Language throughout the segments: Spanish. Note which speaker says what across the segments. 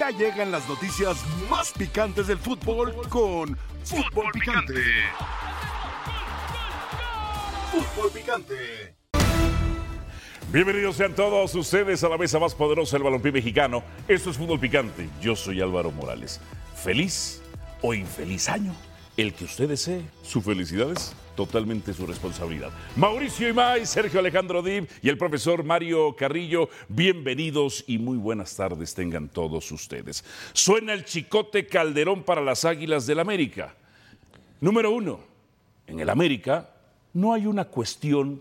Speaker 1: Ya llegan las noticias más picantes del fútbol con Fútbol Picante. Fútbol Picante.
Speaker 2: Bienvenidos sean todos ustedes a la mesa más poderosa del balompié mexicano. Esto es Fútbol Picante. Yo soy Álvaro Morales. Feliz o infeliz año, el que usted desee. Su felicidad es totalmente su responsabilidad. Mauricio Imay, Sergio Alejandro Dib y el profesor Mario Carrillo, bienvenidos y muy buenas tardes tengan todos ustedes. Suena el chicote Calderón para las Águilas del América. Número uno, en el América no hay una cuestión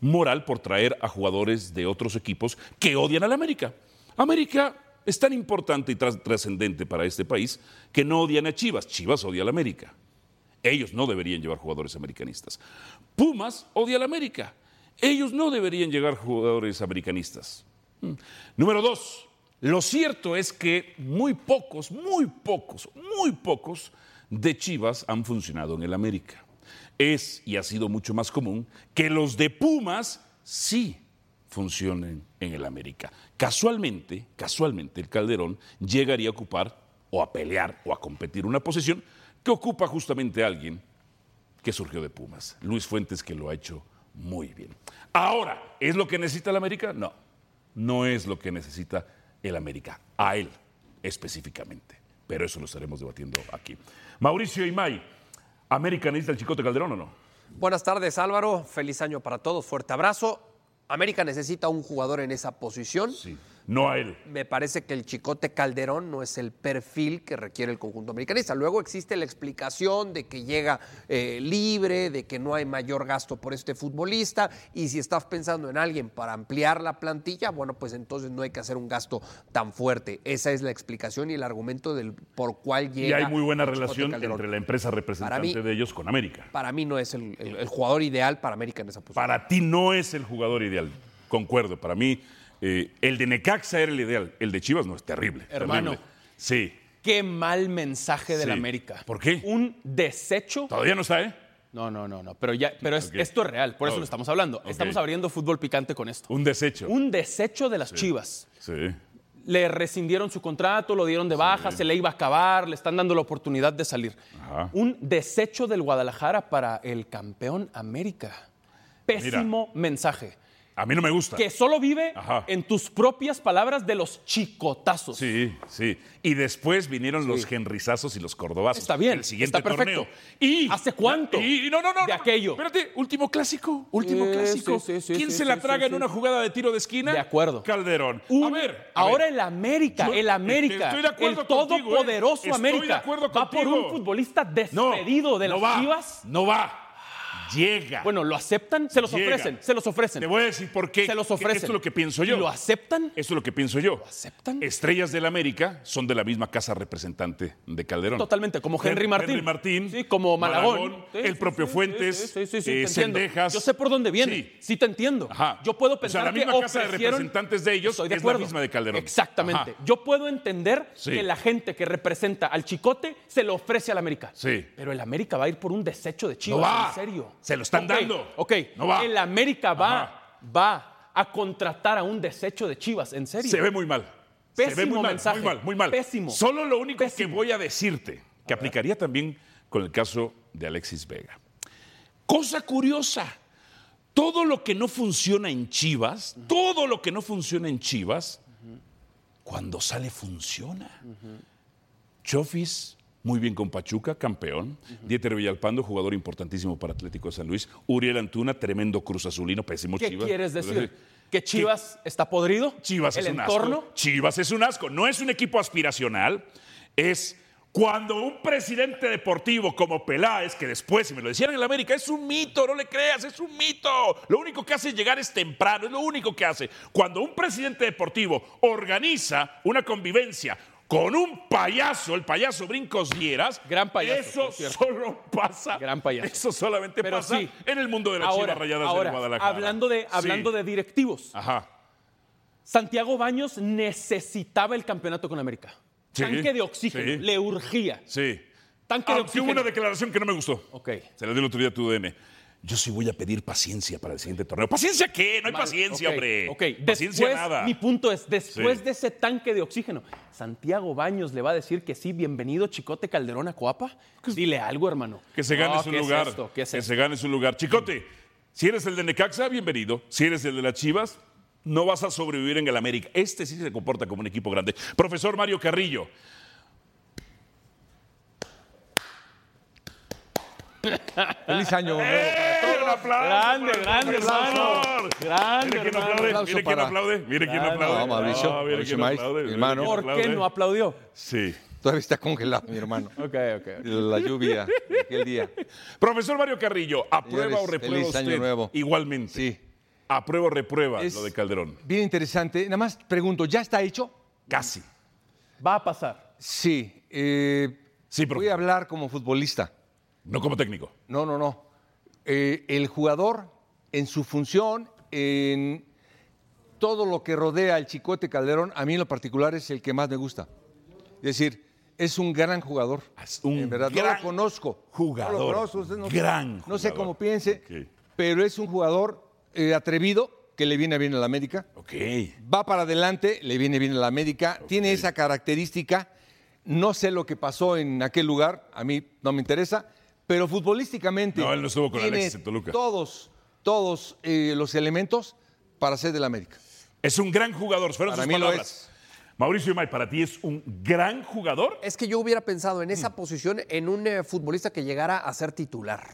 Speaker 2: moral por traer a jugadores de otros equipos que odian al América. América es tan importante y tras- trascendente para este país que no odian a Chivas. Chivas odia al América. Ellos no deberían llevar jugadores americanistas. Pumas odia al América. Ellos no deberían llegar jugadores americanistas. Mm. Número dos, lo cierto es que muy pocos, muy pocos, muy pocos de Chivas han funcionado en el América. Es y ha sido mucho más común que los de Pumas sí funcionen en el América. Casualmente, casualmente el Calderón llegaría a ocupar o a pelear o a competir una posición que ocupa justamente alguien que surgió de Pumas. Luis Fuentes que lo ha hecho muy bien. Ahora, ¿es lo que necesita el América? No, no es lo que necesita el América, a él específicamente. Pero eso lo estaremos debatiendo aquí. Mauricio Imay, ¿América necesita el Chicote Calderón o no?
Speaker 3: Buenas tardes, Álvaro. Feliz año para todos. Fuerte abrazo. América necesita un jugador en esa posición.
Speaker 2: Sí. No a él.
Speaker 3: Me parece que el Chicote Calderón no es el perfil que requiere el conjunto americanista. Luego existe la explicación de que llega eh, libre, de que no hay mayor gasto por este futbolista y si estás pensando en alguien para ampliar la plantilla, bueno, pues entonces no hay que hacer un gasto tan fuerte. Esa es la explicación y el argumento del por cuál llega.
Speaker 2: Y hay muy buena
Speaker 3: el Chicote
Speaker 2: relación
Speaker 3: Calderón.
Speaker 2: entre la empresa representante
Speaker 3: Para mí-
Speaker 2: de ellos con América.
Speaker 3: Para mí no es el, el- el jugador ideal para América en esa posición.
Speaker 2: Para ti no es el jugador ideal. Concuerdo. Para mí, eh, el de Necaxa era el ideal. El de Chivas no es terrible.
Speaker 4: Hermano.
Speaker 2: terrible. Sí.
Speaker 4: Qué mal mensaje del
Speaker 2: Sí.
Speaker 4: América.
Speaker 2: ¿Por qué?
Speaker 4: Un desecho.
Speaker 2: Todavía no está, ¿eh?
Speaker 4: No, no, no, no. Pero ya, pero es-
Speaker 2: Ok.
Speaker 4: esto es real. Por eso
Speaker 2: Ok.
Speaker 4: lo estamos hablando. Estamos
Speaker 2: Ok.
Speaker 4: abriendo fútbol picante con esto.
Speaker 2: Un desecho.
Speaker 4: Un desecho de las Chivas.
Speaker 2: Sí.
Speaker 4: Le rescindieron su contrato, lo dieron de baja, se le iba a acabar, le están dando la oportunidad de salir.
Speaker 2: Ajá.
Speaker 4: Un desecho del Guadalajara para el campeón América. Pésimo mensaje.
Speaker 2: A mí no me gusta.
Speaker 4: Que solo vive
Speaker 2: Ajá.
Speaker 4: en tus propias palabras de los chicotazos.
Speaker 2: Sí, sí. Y después vinieron los henrizazos y los cordobazos.
Speaker 4: Está bien,
Speaker 2: El siguiente
Speaker 4: está perfecto.
Speaker 2: torneo. ¿Y
Speaker 4: ¿Hace cuánto
Speaker 2: Y, y- no, no, no.
Speaker 4: de
Speaker 2: no,
Speaker 4: aquello?
Speaker 2: Espérate, último clásico. Último
Speaker 4: Eh,
Speaker 2: clásico.
Speaker 4: sí, sí, sí,
Speaker 2: ¿Quién
Speaker 4: sí,
Speaker 2: se la
Speaker 4: sí,
Speaker 2: traga
Speaker 4: sí,
Speaker 2: en
Speaker 4: sí.
Speaker 2: una jugada de tiro de esquina?
Speaker 4: De acuerdo.
Speaker 2: Calderón. a ver. a
Speaker 4: ahora
Speaker 2: ver.
Speaker 4: el América,
Speaker 2: Yo-
Speaker 4: el América,
Speaker 2: estoy de acuerdo
Speaker 4: el
Speaker 2: contigo, ¿eh?
Speaker 4: todopoderoso
Speaker 2: Estoy de
Speaker 4: América,
Speaker 2: acuerdo
Speaker 4: va por
Speaker 2: contigo.
Speaker 4: un futbolista
Speaker 2: No,
Speaker 4: despedido de
Speaker 2: no
Speaker 4: las
Speaker 2: va,
Speaker 4: Chivas.
Speaker 2: No va. Llega.
Speaker 4: Bueno, lo aceptan, se los
Speaker 2: Llega.
Speaker 4: ofrecen, se los ofrecen.
Speaker 2: Te voy a decir por qué.
Speaker 4: Se los
Speaker 2: que
Speaker 4: ofrecen.
Speaker 2: Esto es lo que pienso
Speaker 4: ¿Y
Speaker 2: yo. Eh,
Speaker 4: lo aceptan?
Speaker 2: Esto es lo que pienso yo.
Speaker 4: aceptan?
Speaker 2: Estrellas del América son de la misma casa representante de Calderón.
Speaker 4: Totalmente, como Henry
Speaker 2: Hen-
Speaker 4: Martín.
Speaker 2: Henry Martín.
Speaker 4: Sí, como Malagón. Sí,
Speaker 2: el
Speaker 4: sí,
Speaker 2: propio
Speaker 4: sí,
Speaker 2: Fuentes.
Speaker 4: sí, sí, sí, sí, te
Speaker 2: eh,
Speaker 4: entiendo.
Speaker 2: Sendejas.
Speaker 4: Yo sé por dónde viene. Sí,
Speaker 2: Sí.
Speaker 4: te entiendo.
Speaker 2: Ajá.
Speaker 4: Yo puedo
Speaker 2: O sea,
Speaker 4: pensar
Speaker 2: la misma
Speaker 4: que
Speaker 2: casa de
Speaker 4: ofrecieron-
Speaker 2: representantes de ellos
Speaker 4: Estoy de
Speaker 2: es la
Speaker 4: acuerdo.
Speaker 2: misma de Calderón.
Speaker 4: Exactamente.
Speaker 2: Ajá.
Speaker 4: Yo puedo entender
Speaker 2: Sí.
Speaker 4: que la gente que representa al Chicote se lo ofrece al América.
Speaker 2: Sí.
Speaker 4: Pero el América va a ir por un desecho de Chivas,
Speaker 2: No va.
Speaker 4: en serio.
Speaker 2: Se lo están
Speaker 4: Ok,
Speaker 2: dando.
Speaker 4: Ok.
Speaker 2: No va.
Speaker 4: El América va
Speaker 2: Ajá.
Speaker 4: va a contratar a un desecho de Chivas, en serio.
Speaker 2: Se ve muy mal. Se ve
Speaker 4: Pésimo
Speaker 2: muy mal,
Speaker 4: mensaje.
Speaker 2: Muy mal, muy mal.
Speaker 4: Pésimo.
Speaker 2: Solo lo único
Speaker 4: Pésimo.
Speaker 2: que voy a decirte, que aplicaría también con el caso de Alexis Vega. Cosa curiosa. Todo lo que no funciona en Chivas, todo lo que no funciona en Chivas, cuando sale funciona. Chofis, muy bien con Pachuca, campeón. Dieter Villalpando, jugador importantísimo para Atlético de San Luis. Uriel Antuna, tremendo cruz azulino, pésimo
Speaker 4: ¿Qué
Speaker 2: Chivas.
Speaker 4: quieres decir? ¿Que Chivas está podrido?
Speaker 2: Chivas
Speaker 4: ¿El
Speaker 2: es un
Speaker 4: entorno?
Speaker 2: asco. Chivas es un asco. No es un equipo aspiracional. Es cuando un presidente deportivo como Peláez, que después, si me lo decían en el América, es un mito, no le creas, es un mito. Lo único que hace es llegar es temprano, es lo único que hace. Cuando un presidente deportivo organiza una convivencia con un payaso, el payaso Brincos Dieras,
Speaker 4: Gran payaso, por
Speaker 2: eso
Speaker 4: cierto.
Speaker 2: solo pasa.
Speaker 4: Gran payaso.
Speaker 2: Eso solamente
Speaker 4: Pero
Speaker 2: pasa
Speaker 4: sí.
Speaker 2: en el mundo de las
Speaker 4: ahora,
Speaker 2: Chivas Rayadas
Speaker 4: ahora,
Speaker 2: de Guadalajara.
Speaker 4: Hablando de,
Speaker 2: Sí. Ah.
Speaker 4: hablando de directivos,
Speaker 2: Ajá.
Speaker 4: Santiago Baños necesitaba el campeonato con América.
Speaker 2: Sí,
Speaker 4: Tanque de oxígeno,
Speaker 2: sí.
Speaker 4: le urgía.
Speaker 2: Sí.
Speaker 4: Tanque de
Speaker 2: Aunque hubo
Speaker 4: oxígeno.
Speaker 2: una declaración que no me gustó.
Speaker 4: Ok.
Speaker 2: Se la dio el otro día a tu DN. Yo sí voy a pedir paciencia para el siguiente torneo. ¿Paciencia qué? No hay
Speaker 4: Vale,
Speaker 2: paciencia,
Speaker 4: ok,
Speaker 2: hombre.
Speaker 4: Ok,
Speaker 2: Paciencia
Speaker 4: después,
Speaker 2: nada.
Speaker 4: mi punto es, después
Speaker 2: Sí.
Speaker 4: de ese tanque de oxígeno, ¿Santiago Baños le va a decir que sí, bienvenido Chicote Calderón a Coapa? Dile algo, hermano.
Speaker 2: Que se gane
Speaker 4: No,
Speaker 2: su
Speaker 4: ¿qué es
Speaker 2: lugar.
Speaker 4: esto? ¿Qué es
Speaker 2: que
Speaker 4: esto?
Speaker 2: se gane su lugar. Chicote, si eres el de Necaxa, bienvenido. Si eres el de las Chivas, no vas a sobrevivir en el América. Este sí se comporta como un equipo grande. Profesor Mario Carrillo.
Speaker 5: Feliz año.
Speaker 2: ¡Eh! ¡Un aplauso
Speaker 4: Grande,
Speaker 2: para el
Speaker 4: grande,
Speaker 2: profesor!
Speaker 4: hermano. Grande,
Speaker 2: Mire quién aplaude,
Speaker 4: hermano.
Speaker 5: Un aplauso
Speaker 2: mire quién
Speaker 5: para-
Speaker 2: aplaude, mire quién
Speaker 4: Grande.
Speaker 2: aplaude. Ah,
Speaker 4: No,
Speaker 5: Mauricio,
Speaker 2: mire
Speaker 5: Mauricio
Speaker 2: quién
Speaker 5: Maíz,
Speaker 2: aplaude, mire
Speaker 5: hermano.
Speaker 2: quién
Speaker 4: ¿Por qué
Speaker 2: aplaude.
Speaker 4: no aplaudió?
Speaker 2: Sí.
Speaker 5: Todavía está congelado, mi hermano.
Speaker 4: Ok, ok.
Speaker 5: La lluvia de aquel día.
Speaker 2: Profesor Mario Carrillo, ¿aprueba
Speaker 5: Señores,
Speaker 2: o reprueba
Speaker 5: feliz
Speaker 2: usted?
Speaker 5: año nuevo.
Speaker 2: Igualmente.
Speaker 5: Sí.
Speaker 2: ¿Aprueba o reprueba
Speaker 5: Es-
Speaker 2: lo de Calderón?
Speaker 5: Bien interesante. Nada más pregunto, ¿ya está hecho?
Speaker 2: Casi.
Speaker 4: Va a pasar.
Speaker 5: Sí. eh,
Speaker 2: Sí, pero-
Speaker 5: Voy a hablar como futbolista.
Speaker 2: No como técnico.
Speaker 5: No, no, no. Eh, el jugador, en su función, en todo lo que rodea al Chicote Calderón, a mí en lo particular es el que más me gusta. Es decir, es un gran jugador.
Speaker 2: Es un
Speaker 5: en verdad, no
Speaker 2: gran
Speaker 5: lo conozco.
Speaker 2: jugador.
Speaker 5: No lo conozco, usted no-
Speaker 2: Gran
Speaker 5: No sé
Speaker 2: jugador.
Speaker 5: cómo piense,
Speaker 2: Ok.
Speaker 5: pero es un jugador eh, atrevido que le viene bien a la América
Speaker 2: Ok.
Speaker 5: va para adelante, le viene bien a la América, tiene esa característica. No sé lo que pasó en aquel lugar, a mí no me interesa, pero futbolísticamente.
Speaker 2: No, él no estuvo con
Speaker 5: tiene
Speaker 2: Alexis en Toluca.
Speaker 5: Todos, todos eh, los elementos para ser del América.
Speaker 2: Es un gran jugador, fueron
Speaker 5: Para
Speaker 2: sus
Speaker 5: mí lo
Speaker 2: palabras. Mauricio Imay, ¿para ti es un gran jugador?
Speaker 3: Es que yo hubiera pensado en
Speaker 4: Mm.
Speaker 3: esa posición en un eh, futbolista que llegara a ser titular.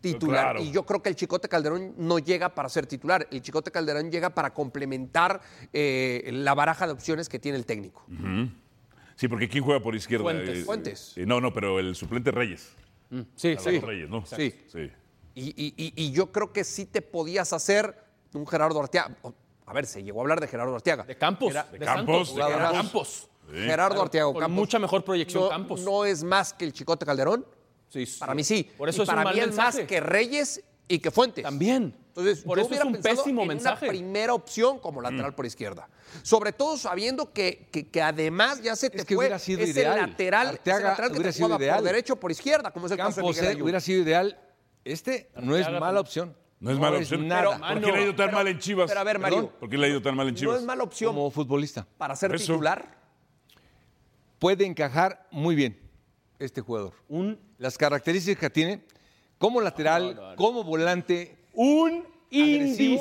Speaker 3: Titular.
Speaker 2: Claro.
Speaker 3: Y yo creo que el Chicote Calderón no llega para ser titular. El Chicote Calderón llega para complementar eh, la baraja de opciones que tiene el técnico.
Speaker 4: Mm.
Speaker 2: Sí, porque ¿quién juega por izquierda?
Speaker 4: Fuentes.
Speaker 2: Eh,
Speaker 3: Fuentes.
Speaker 2: eh, no, no, pero el suplente Reyes.
Speaker 4: Sí,
Speaker 2: Álvaro
Speaker 4: sí.
Speaker 2: Reyes, ¿no?
Speaker 5: Sí.
Speaker 2: Sí.
Speaker 3: Y, y- y- y yo creo que sí te podías hacer un Gerardo Arteaga. O- A ver, se llegó a hablar de Gerardo Arteaga.
Speaker 4: De Campos.
Speaker 3: Era-
Speaker 4: de,
Speaker 2: de Campos,
Speaker 4: Campos.
Speaker 2: de
Speaker 4: Santos,
Speaker 3: Campos.
Speaker 4: Campos.
Speaker 3: Gerardo Arteaga
Speaker 4: Con
Speaker 3: Campos.
Speaker 4: mucha mejor proyección
Speaker 3: no,
Speaker 4: Campos.
Speaker 3: No es más que el Chicote Calderón.
Speaker 4: Sí, sí.
Speaker 3: Para mí sí.
Speaker 4: Por
Speaker 3: Y
Speaker 4: eso es
Speaker 3: para
Speaker 4: un mal
Speaker 3: mí es más
Speaker 4: mensaje.
Speaker 3: que Reyes y que Fuentes.
Speaker 4: También.
Speaker 3: Entonces,
Speaker 4: Por
Speaker 3: yo
Speaker 4: eso es
Speaker 3: hubiera
Speaker 4: un
Speaker 3: pensado
Speaker 4: pésimo
Speaker 3: en
Speaker 4: mensaje.
Speaker 3: Una primera opción como
Speaker 5: Mm.
Speaker 3: lateral por izquierda. Sobre todo sabiendo que, que- que además ya se te
Speaker 5: Es que
Speaker 3: fue
Speaker 5: hubiera sido
Speaker 3: ese
Speaker 5: ideal.
Speaker 3: lateral, ese
Speaker 5: Arteaga
Speaker 3: lateral que
Speaker 5: hubiera
Speaker 3: te
Speaker 5: sido
Speaker 3: jugaba por
Speaker 5: ideal.
Speaker 3: derecho o por izquierda, como es el caso de
Speaker 5: Campos
Speaker 3: Miguel
Speaker 5: eh,
Speaker 3: Ayun.
Speaker 5: hubiera sido ideal. Este no es
Speaker 4: Arteaga,
Speaker 5: mala opción.
Speaker 2: No es mala opción.
Speaker 5: nada.
Speaker 4: Pero,
Speaker 2: ¿Por qué le ha ido tan
Speaker 3: Pero-
Speaker 2: mal en Chivas?
Speaker 3: pero a ver,
Speaker 2: Perdón,
Speaker 3: Mario.
Speaker 2: ¿Por qué le ha ido tan mal en
Speaker 3: No
Speaker 2: Chivas?
Speaker 3: es mala opción
Speaker 5: como futbolista.
Speaker 3: para ser
Speaker 2: Por eso.
Speaker 3: titular.
Speaker 5: Puede encajar muy bien este jugador.
Speaker 4: Un,
Speaker 5: Las características que tiene como lateral, como volante,
Speaker 4: un
Speaker 5: Agresivo,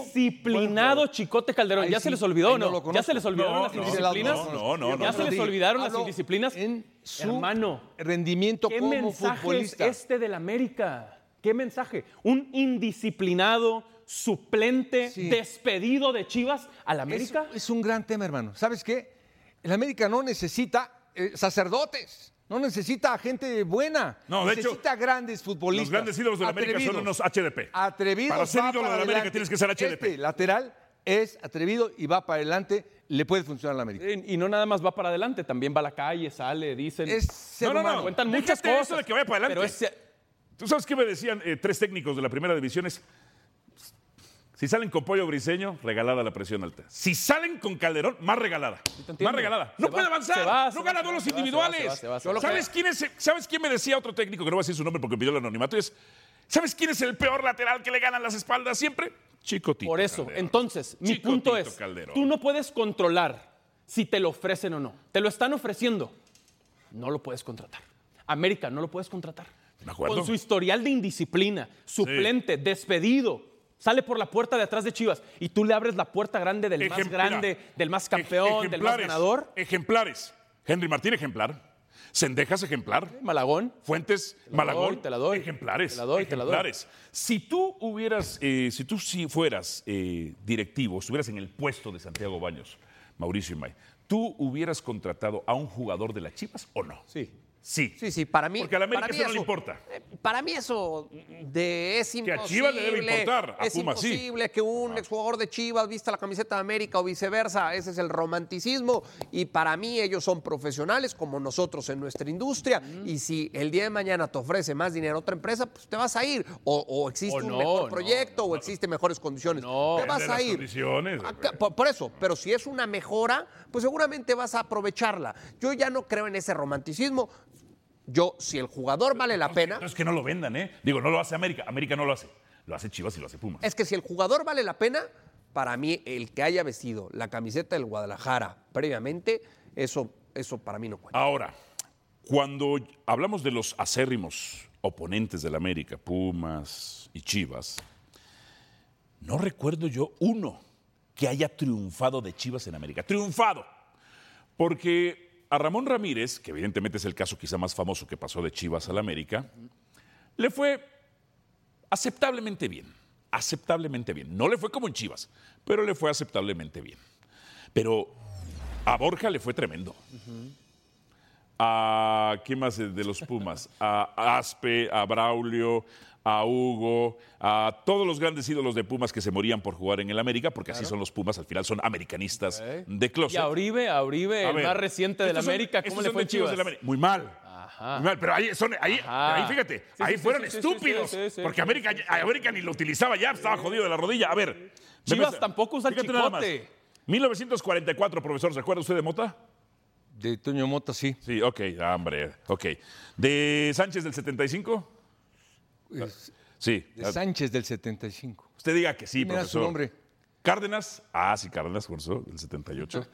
Speaker 4: indisciplinado Chicote Calderón.
Speaker 5: Ahí
Speaker 4: ¿Ya
Speaker 5: sí,
Speaker 4: se les olvidó
Speaker 5: ahí
Speaker 4: o
Speaker 5: no
Speaker 4: no?
Speaker 5: lo
Speaker 4: ¿Ya
Speaker 5: conozco.
Speaker 4: se les olvidaron
Speaker 2: No,
Speaker 4: las
Speaker 2: no,
Speaker 4: indisciplinas?
Speaker 2: no, no, no, no,
Speaker 4: ¿Ya se
Speaker 2: no.
Speaker 4: les olvidaron las
Speaker 5: Hablo
Speaker 4: indisciplinas?
Speaker 5: En su
Speaker 4: Hermano,
Speaker 5: rendimiento
Speaker 4: ¿qué
Speaker 5: como
Speaker 4: mensaje
Speaker 5: futbolista.
Speaker 4: es este del América? ¿Qué mensaje? Un indisciplinado, suplente,
Speaker 5: Sí.
Speaker 4: despedido de Chivas al
Speaker 5: Es,
Speaker 4: América.
Speaker 5: es un gran tema, hermano. ¿Sabes qué? El América no necesita eh, sacerdotes, no necesita gente buena.
Speaker 2: No, de hecho,
Speaker 5: necesita grandes futbolistas.
Speaker 2: los grandes ídolos de la América son
Speaker 5: atrevidos.
Speaker 2: unos HDP.
Speaker 5: Atrevidos.
Speaker 2: Para ser
Speaker 5: va
Speaker 2: ídolo de la América
Speaker 5: adelante.
Speaker 2: tienes que ser HDP.
Speaker 5: Este lateral es atrevido y va para adelante, le puede funcionar a la América.
Speaker 4: Y y no nada más va para adelante, también va a la calle, sale, dicen.
Speaker 5: Es ser
Speaker 4: no, no, no,
Speaker 5: humano.
Speaker 4: cuentan muchas
Speaker 2: Déjate
Speaker 4: cosas.
Speaker 2: eso de que vaya para adelante.
Speaker 4: Pero es-
Speaker 2: ¿Tú sabes qué me decían eh, tres técnicos de la primera división? Es, si salen con pollo briseño, regalada la presión alta. Si salen con Calderón, más regalada.
Speaker 4: entiendo.
Speaker 2: Más regalada.
Speaker 4: Se
Speaker 2: No
Speaker 4: va,
Speaker 2: puede avanzar.
Speaker 4: se va, se
Speaker 2: no
Speaker 4: va,
Speaker 2: gana
Speaker 4: se va,
Speaker 2: duelos
Speaker 4: se va, se va,
Speaker 2: individuales.
Speaker 4: se va, se va, se va.
Speaker 2: ¿Sabes, quién es, el- ¿Sabes quién me decía otro técnico que no va a decir su nombre porque pidió el anonimato? Y es, ¿Sabes quién es el peor lateral que le ganan las espaldas siempre? Chico Tito.
Speaker 4: Por eso,
Speaker 2: Calderón.
Speaker 4: entonces, mi
Speaker 2: Chico
Speaker 4: punto
Speaker 2: Tito
Speaker 4: es,
Speaker 2: Calderón.
Speaker 4: tú no puedes controlar si te lo ofrecen o no. Te lo están ofreciendo. No lo puedes contratar. América, no lo puedes contratar.
Speaker 2: De acuerdo.
Speaker 4: Con su historial de indisciplina, suplente, despedido, sale por la puerta de atrás de Chivas y tú le abres la puerta grande del más
Speaker 2: Ejem-
Speaker 4: grande,
Speaker 2: mira,
Speaker 4: del más
Speaker 2: ej-
Speaker 4: campeón, del más
Speaker 2: ejemplares,
Speaker 4: ganador.
Speaker 2: Ejemplares. Henry Martín, ejemplar. Sendejas, ejemplar.
Speaker 4: Malagón.
Speaker 2: Fuentes,
Speaker 4: la
Speaker 2: Malagón,
Speaker 4: doy, te la doy.
Speaker 2: ejemplares,
Speaker 4: Te la doy, te la doy.
Speaker 2: ejemplares. Si tú hubieras, eh, si tú sí fueras eh, directivo, estuvieras en el puesto de Santiago Baños, Mauricio Imay, ¿tú hubieras contratado a un jugador de las Chivas o no?
Speaker 4: Sí.
Speaker 2: Sí.
Speaker 3: Sí, sí, para mí.
Speaker 2: Porque a la América
Speaker 3: para mí
Speaker 2: eso no le importa.
Speaker 3: eh, Para mí eso de es
Speaker 2: Que
Speaker 3: imposible.
Speaker 2: a Chivas le debe importar, a
Speaker 3: es
Speaker 2: Puma sí. Ah.
Speaker 3: imposible que un exjugador de Chivas vista la camiseta de América o viceversa. Ese es el romanticismo. Y para mí ellos son profesionales como nosotros en nuestra industria. Y si el día de mañana te ofrece más dinero otra empresa, pues te vas a ir. O, o existe
Speaker 4: O
Speaker 3: un
Speaker 4: no,
Speaker 3: mejor
Speaker 4: no,
Speaker 3: proyecto o existen mejores condiciones.
Speaker 4: No.
Speaker 3: te vas
Speaker 2: Depende de
Speaker 3: a
Speaker 2: las
Speaker 3: ir.
Speaker 2: condiciones.
Speaker 3: Ah, ca- por, por eso, pero si es una mejora, pues seguramente vas a aprovecharla. Yo ya no creo en ese romanticismo. Yo, si el jugador vale la pena,
Speaker 2: No es que no lo vendan, ¿eh? Digo, no lo hace América. América no lo hace. Lo hace Chivas y lo hace Pumas.
Speaker 3: es que si el jugador vale la pena, para mí el que haya vestido la camiseta del Guadalajara previamente, eso, eso para mí no cuenta.
Speaker 2: Ahora, cuando hablamos de los acérrimos oponentes del América, Pumas y Chivas, no recuerdo yo uno que haya triunfado de Chivas en América. Triunfado. Porque a Ramón Ramírez, que evidentemente es el caso quizá más famoso que pasó de Chivas al América, le fue aceptablemente bien. Aceptablemente bien. No le fue como en Chivas, pero le fue aceptablemente bien. Pero a Borja le fue tremendo. ¿A quién más de los Pumas? A Aspe, a Braulio, a Hugo, a todos los grandes ídolos de Pumas que se morían por jugar en el América, porque así son los Pumas, al final son americanistas de
Speaker 4: Y
Speaker 2: closet.
Speaker 4: a Oribe, a Oribe,
Speaker 2: A
Speaker 4: el
Speaker 2: ver,
Speaker 4: más reciente del
Speaker 2: estos son-
Speaker 4: América,
Speaker 2: estos
Speaker 4: ¿cómo le
Speaker 2: son
Speaker 4: fue
Speaker 2: de
Speaker 4: en Chivas?
Speaker 2: del América. Muy mal. Muy mal, pero ahí, son, ahí,
Speaker 4: Ajá.
Speaker 2: ahí fíjate,
Speaker 4: Sí,
Speaker 2: ahí
Speaker 4: sí,
Speaker 2: fueron
Speaker 4: sí, sí, sí,
Speaker 2: estúpidos,
Speaker 4: sí, sí, sí,
Speaker 2: porque
Speaker 4: sí,
Speaker 2: América, América ni lo utilizaba ya, estaba jodido de la rodilla. A ver.
Speaker 4: Chivas
Speaker 2: Pepe,
Speaker 4: tampoco usa el
Speaker 2: fíjate nada más.
Speaker 4: chicote.
Speaker 2: 1944, profesor, ¿se acuerda usted de Mota?
Speaker 5: De Toño Mota, sí.
Speaker 2: Sí, ok, ah, hombre, ok. ¿De Sánchez del 75?
Speaker 5: Es-
Speaker 2: Sí.
Speaker 5: de Sánchez del 75.
Speaker 2: Usted diga que sí,
Speaker 5: ¿Quién era su
Speaker 2: profesor.
Speaker 5: nombre?
Speaker 2: Cárdenas, ah, sí, Cárdenas, cursó del 78.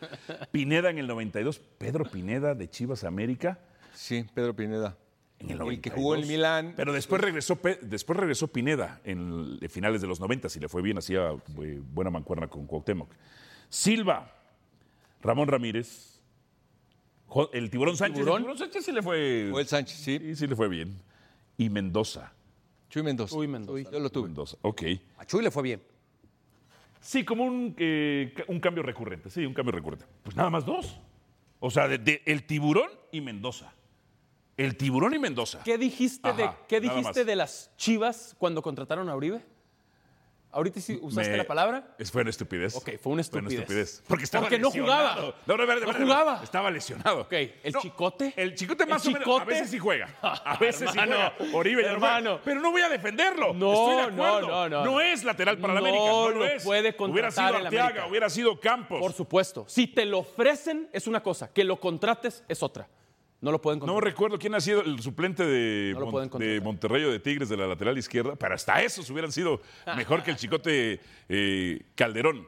Speaker 2: Pineda en el 92, Pedro Pineda de Chivas América
Speaker 5: Sí, Pedro Pineda.
Speaker 2: en el 92.
Speaker 5: El que jugó en Milán.
Speaker 2: Pero después regresó, Pe- después regresó Pineda en el- finales de los 90 y le fue bien, hacía eh, buena mancuerna con Cuauhtémoc. Silva, Ramón Ramírez, Jo- el Tiburón Sánchez.
Speaker 4: Tiburón?
Speaker 2: El Tiburón Sánchez Pues sí le fue...
Speaker 5: Joel Sánchez, sí.
Speaker 2: Sí, sí le fue bien. Y Mendoza.
Speaker 5: Chuy Mendoza.
Speaker 4: Chuy Mendoza.
Speaker 5: Yo lo tuve.
Speaker 2: Mendoza, ok.
Speaker 3: A Chuy le fue bien.
Speaker 2: Sí, como un, eh, ca- un cambio recurrente, sí, un cambio recurrente. Pues nada más dos. O sea, de, de el tiburón y Mendoza. El tiburón y Mendoza.
Speaker 4: ¿Qué dijiste,
Speaker 2: Ajá,
Speaker 4: de, ¿qué
Speaker 2: nada
Speaker 4: dijiste
Speaker 2: más.
Speaker 4: de las Chivas cuando contrataron a Oribe? ¿Ahorita sí usaste
Speaker 2: Me-
Speaker 4: la palabra?
Speaker 2: Es- Fue una estupidez.
Speaker 4: Ok, fue una estupidez.
Speaker 2: Porque estaba
Speaker 4: Porque no
Speaker 2: lesionado.
Speaker 4: jugaba.
Speaker 2: No, no, a ver, a ver,
Speaker 4: No
Speaker 2: a ver.
Speaker 4: jugaba.
Speaker 2: Estaba lesionado.
Speaker 4: Ok, ¿el chicote?
Speaker 2: El chicote
Speaker 4: ¿El
Speaker 2: más o menos. A
Speaker 4: chicote?
Speaker 2: veces sí juega. A veces
Speaker 4: Hermano,
Speaker 2: sí juega. Oribe ya no juega.
Speaker 4: hermano.
Speaker 2: Pero no voy a defenderlo.
Speaker 4: No,
Speaker 2: Estoy de acuerdo.
Speaker 4: no, no, no.
Speaker 2: No es lateral para la
Speaker 4: No
Speaker 2: América. No lo
Speaker 4: lo
Speaker 2: es.
Speaker 4: puede
Speaker 2: Hubiera
Speaker 4: contratar
Speaker 2: sido
Speaker 4: el
Speaker 2: Arteaga,
Speaker 4: América.
Speaker 2: hubiera sido Campos.
Speaker 4: Por supuesto. Si te lo ofrecen es una cosa, que lo contrates es otra. No lo pueden
Speaker 2: No
Speaker 4: contratar.
Speaker 2: recuerdo quién ha sido el suplente de,
Speaker 4: No lo
Speaker 2: Mon-
Speaker 4: pueden contratar.
Speaker 2: de Monterrey o de Tigres de la lateral izquierda, pero hasta esos hubieran sido mejor que el Chicote eh, Calderón.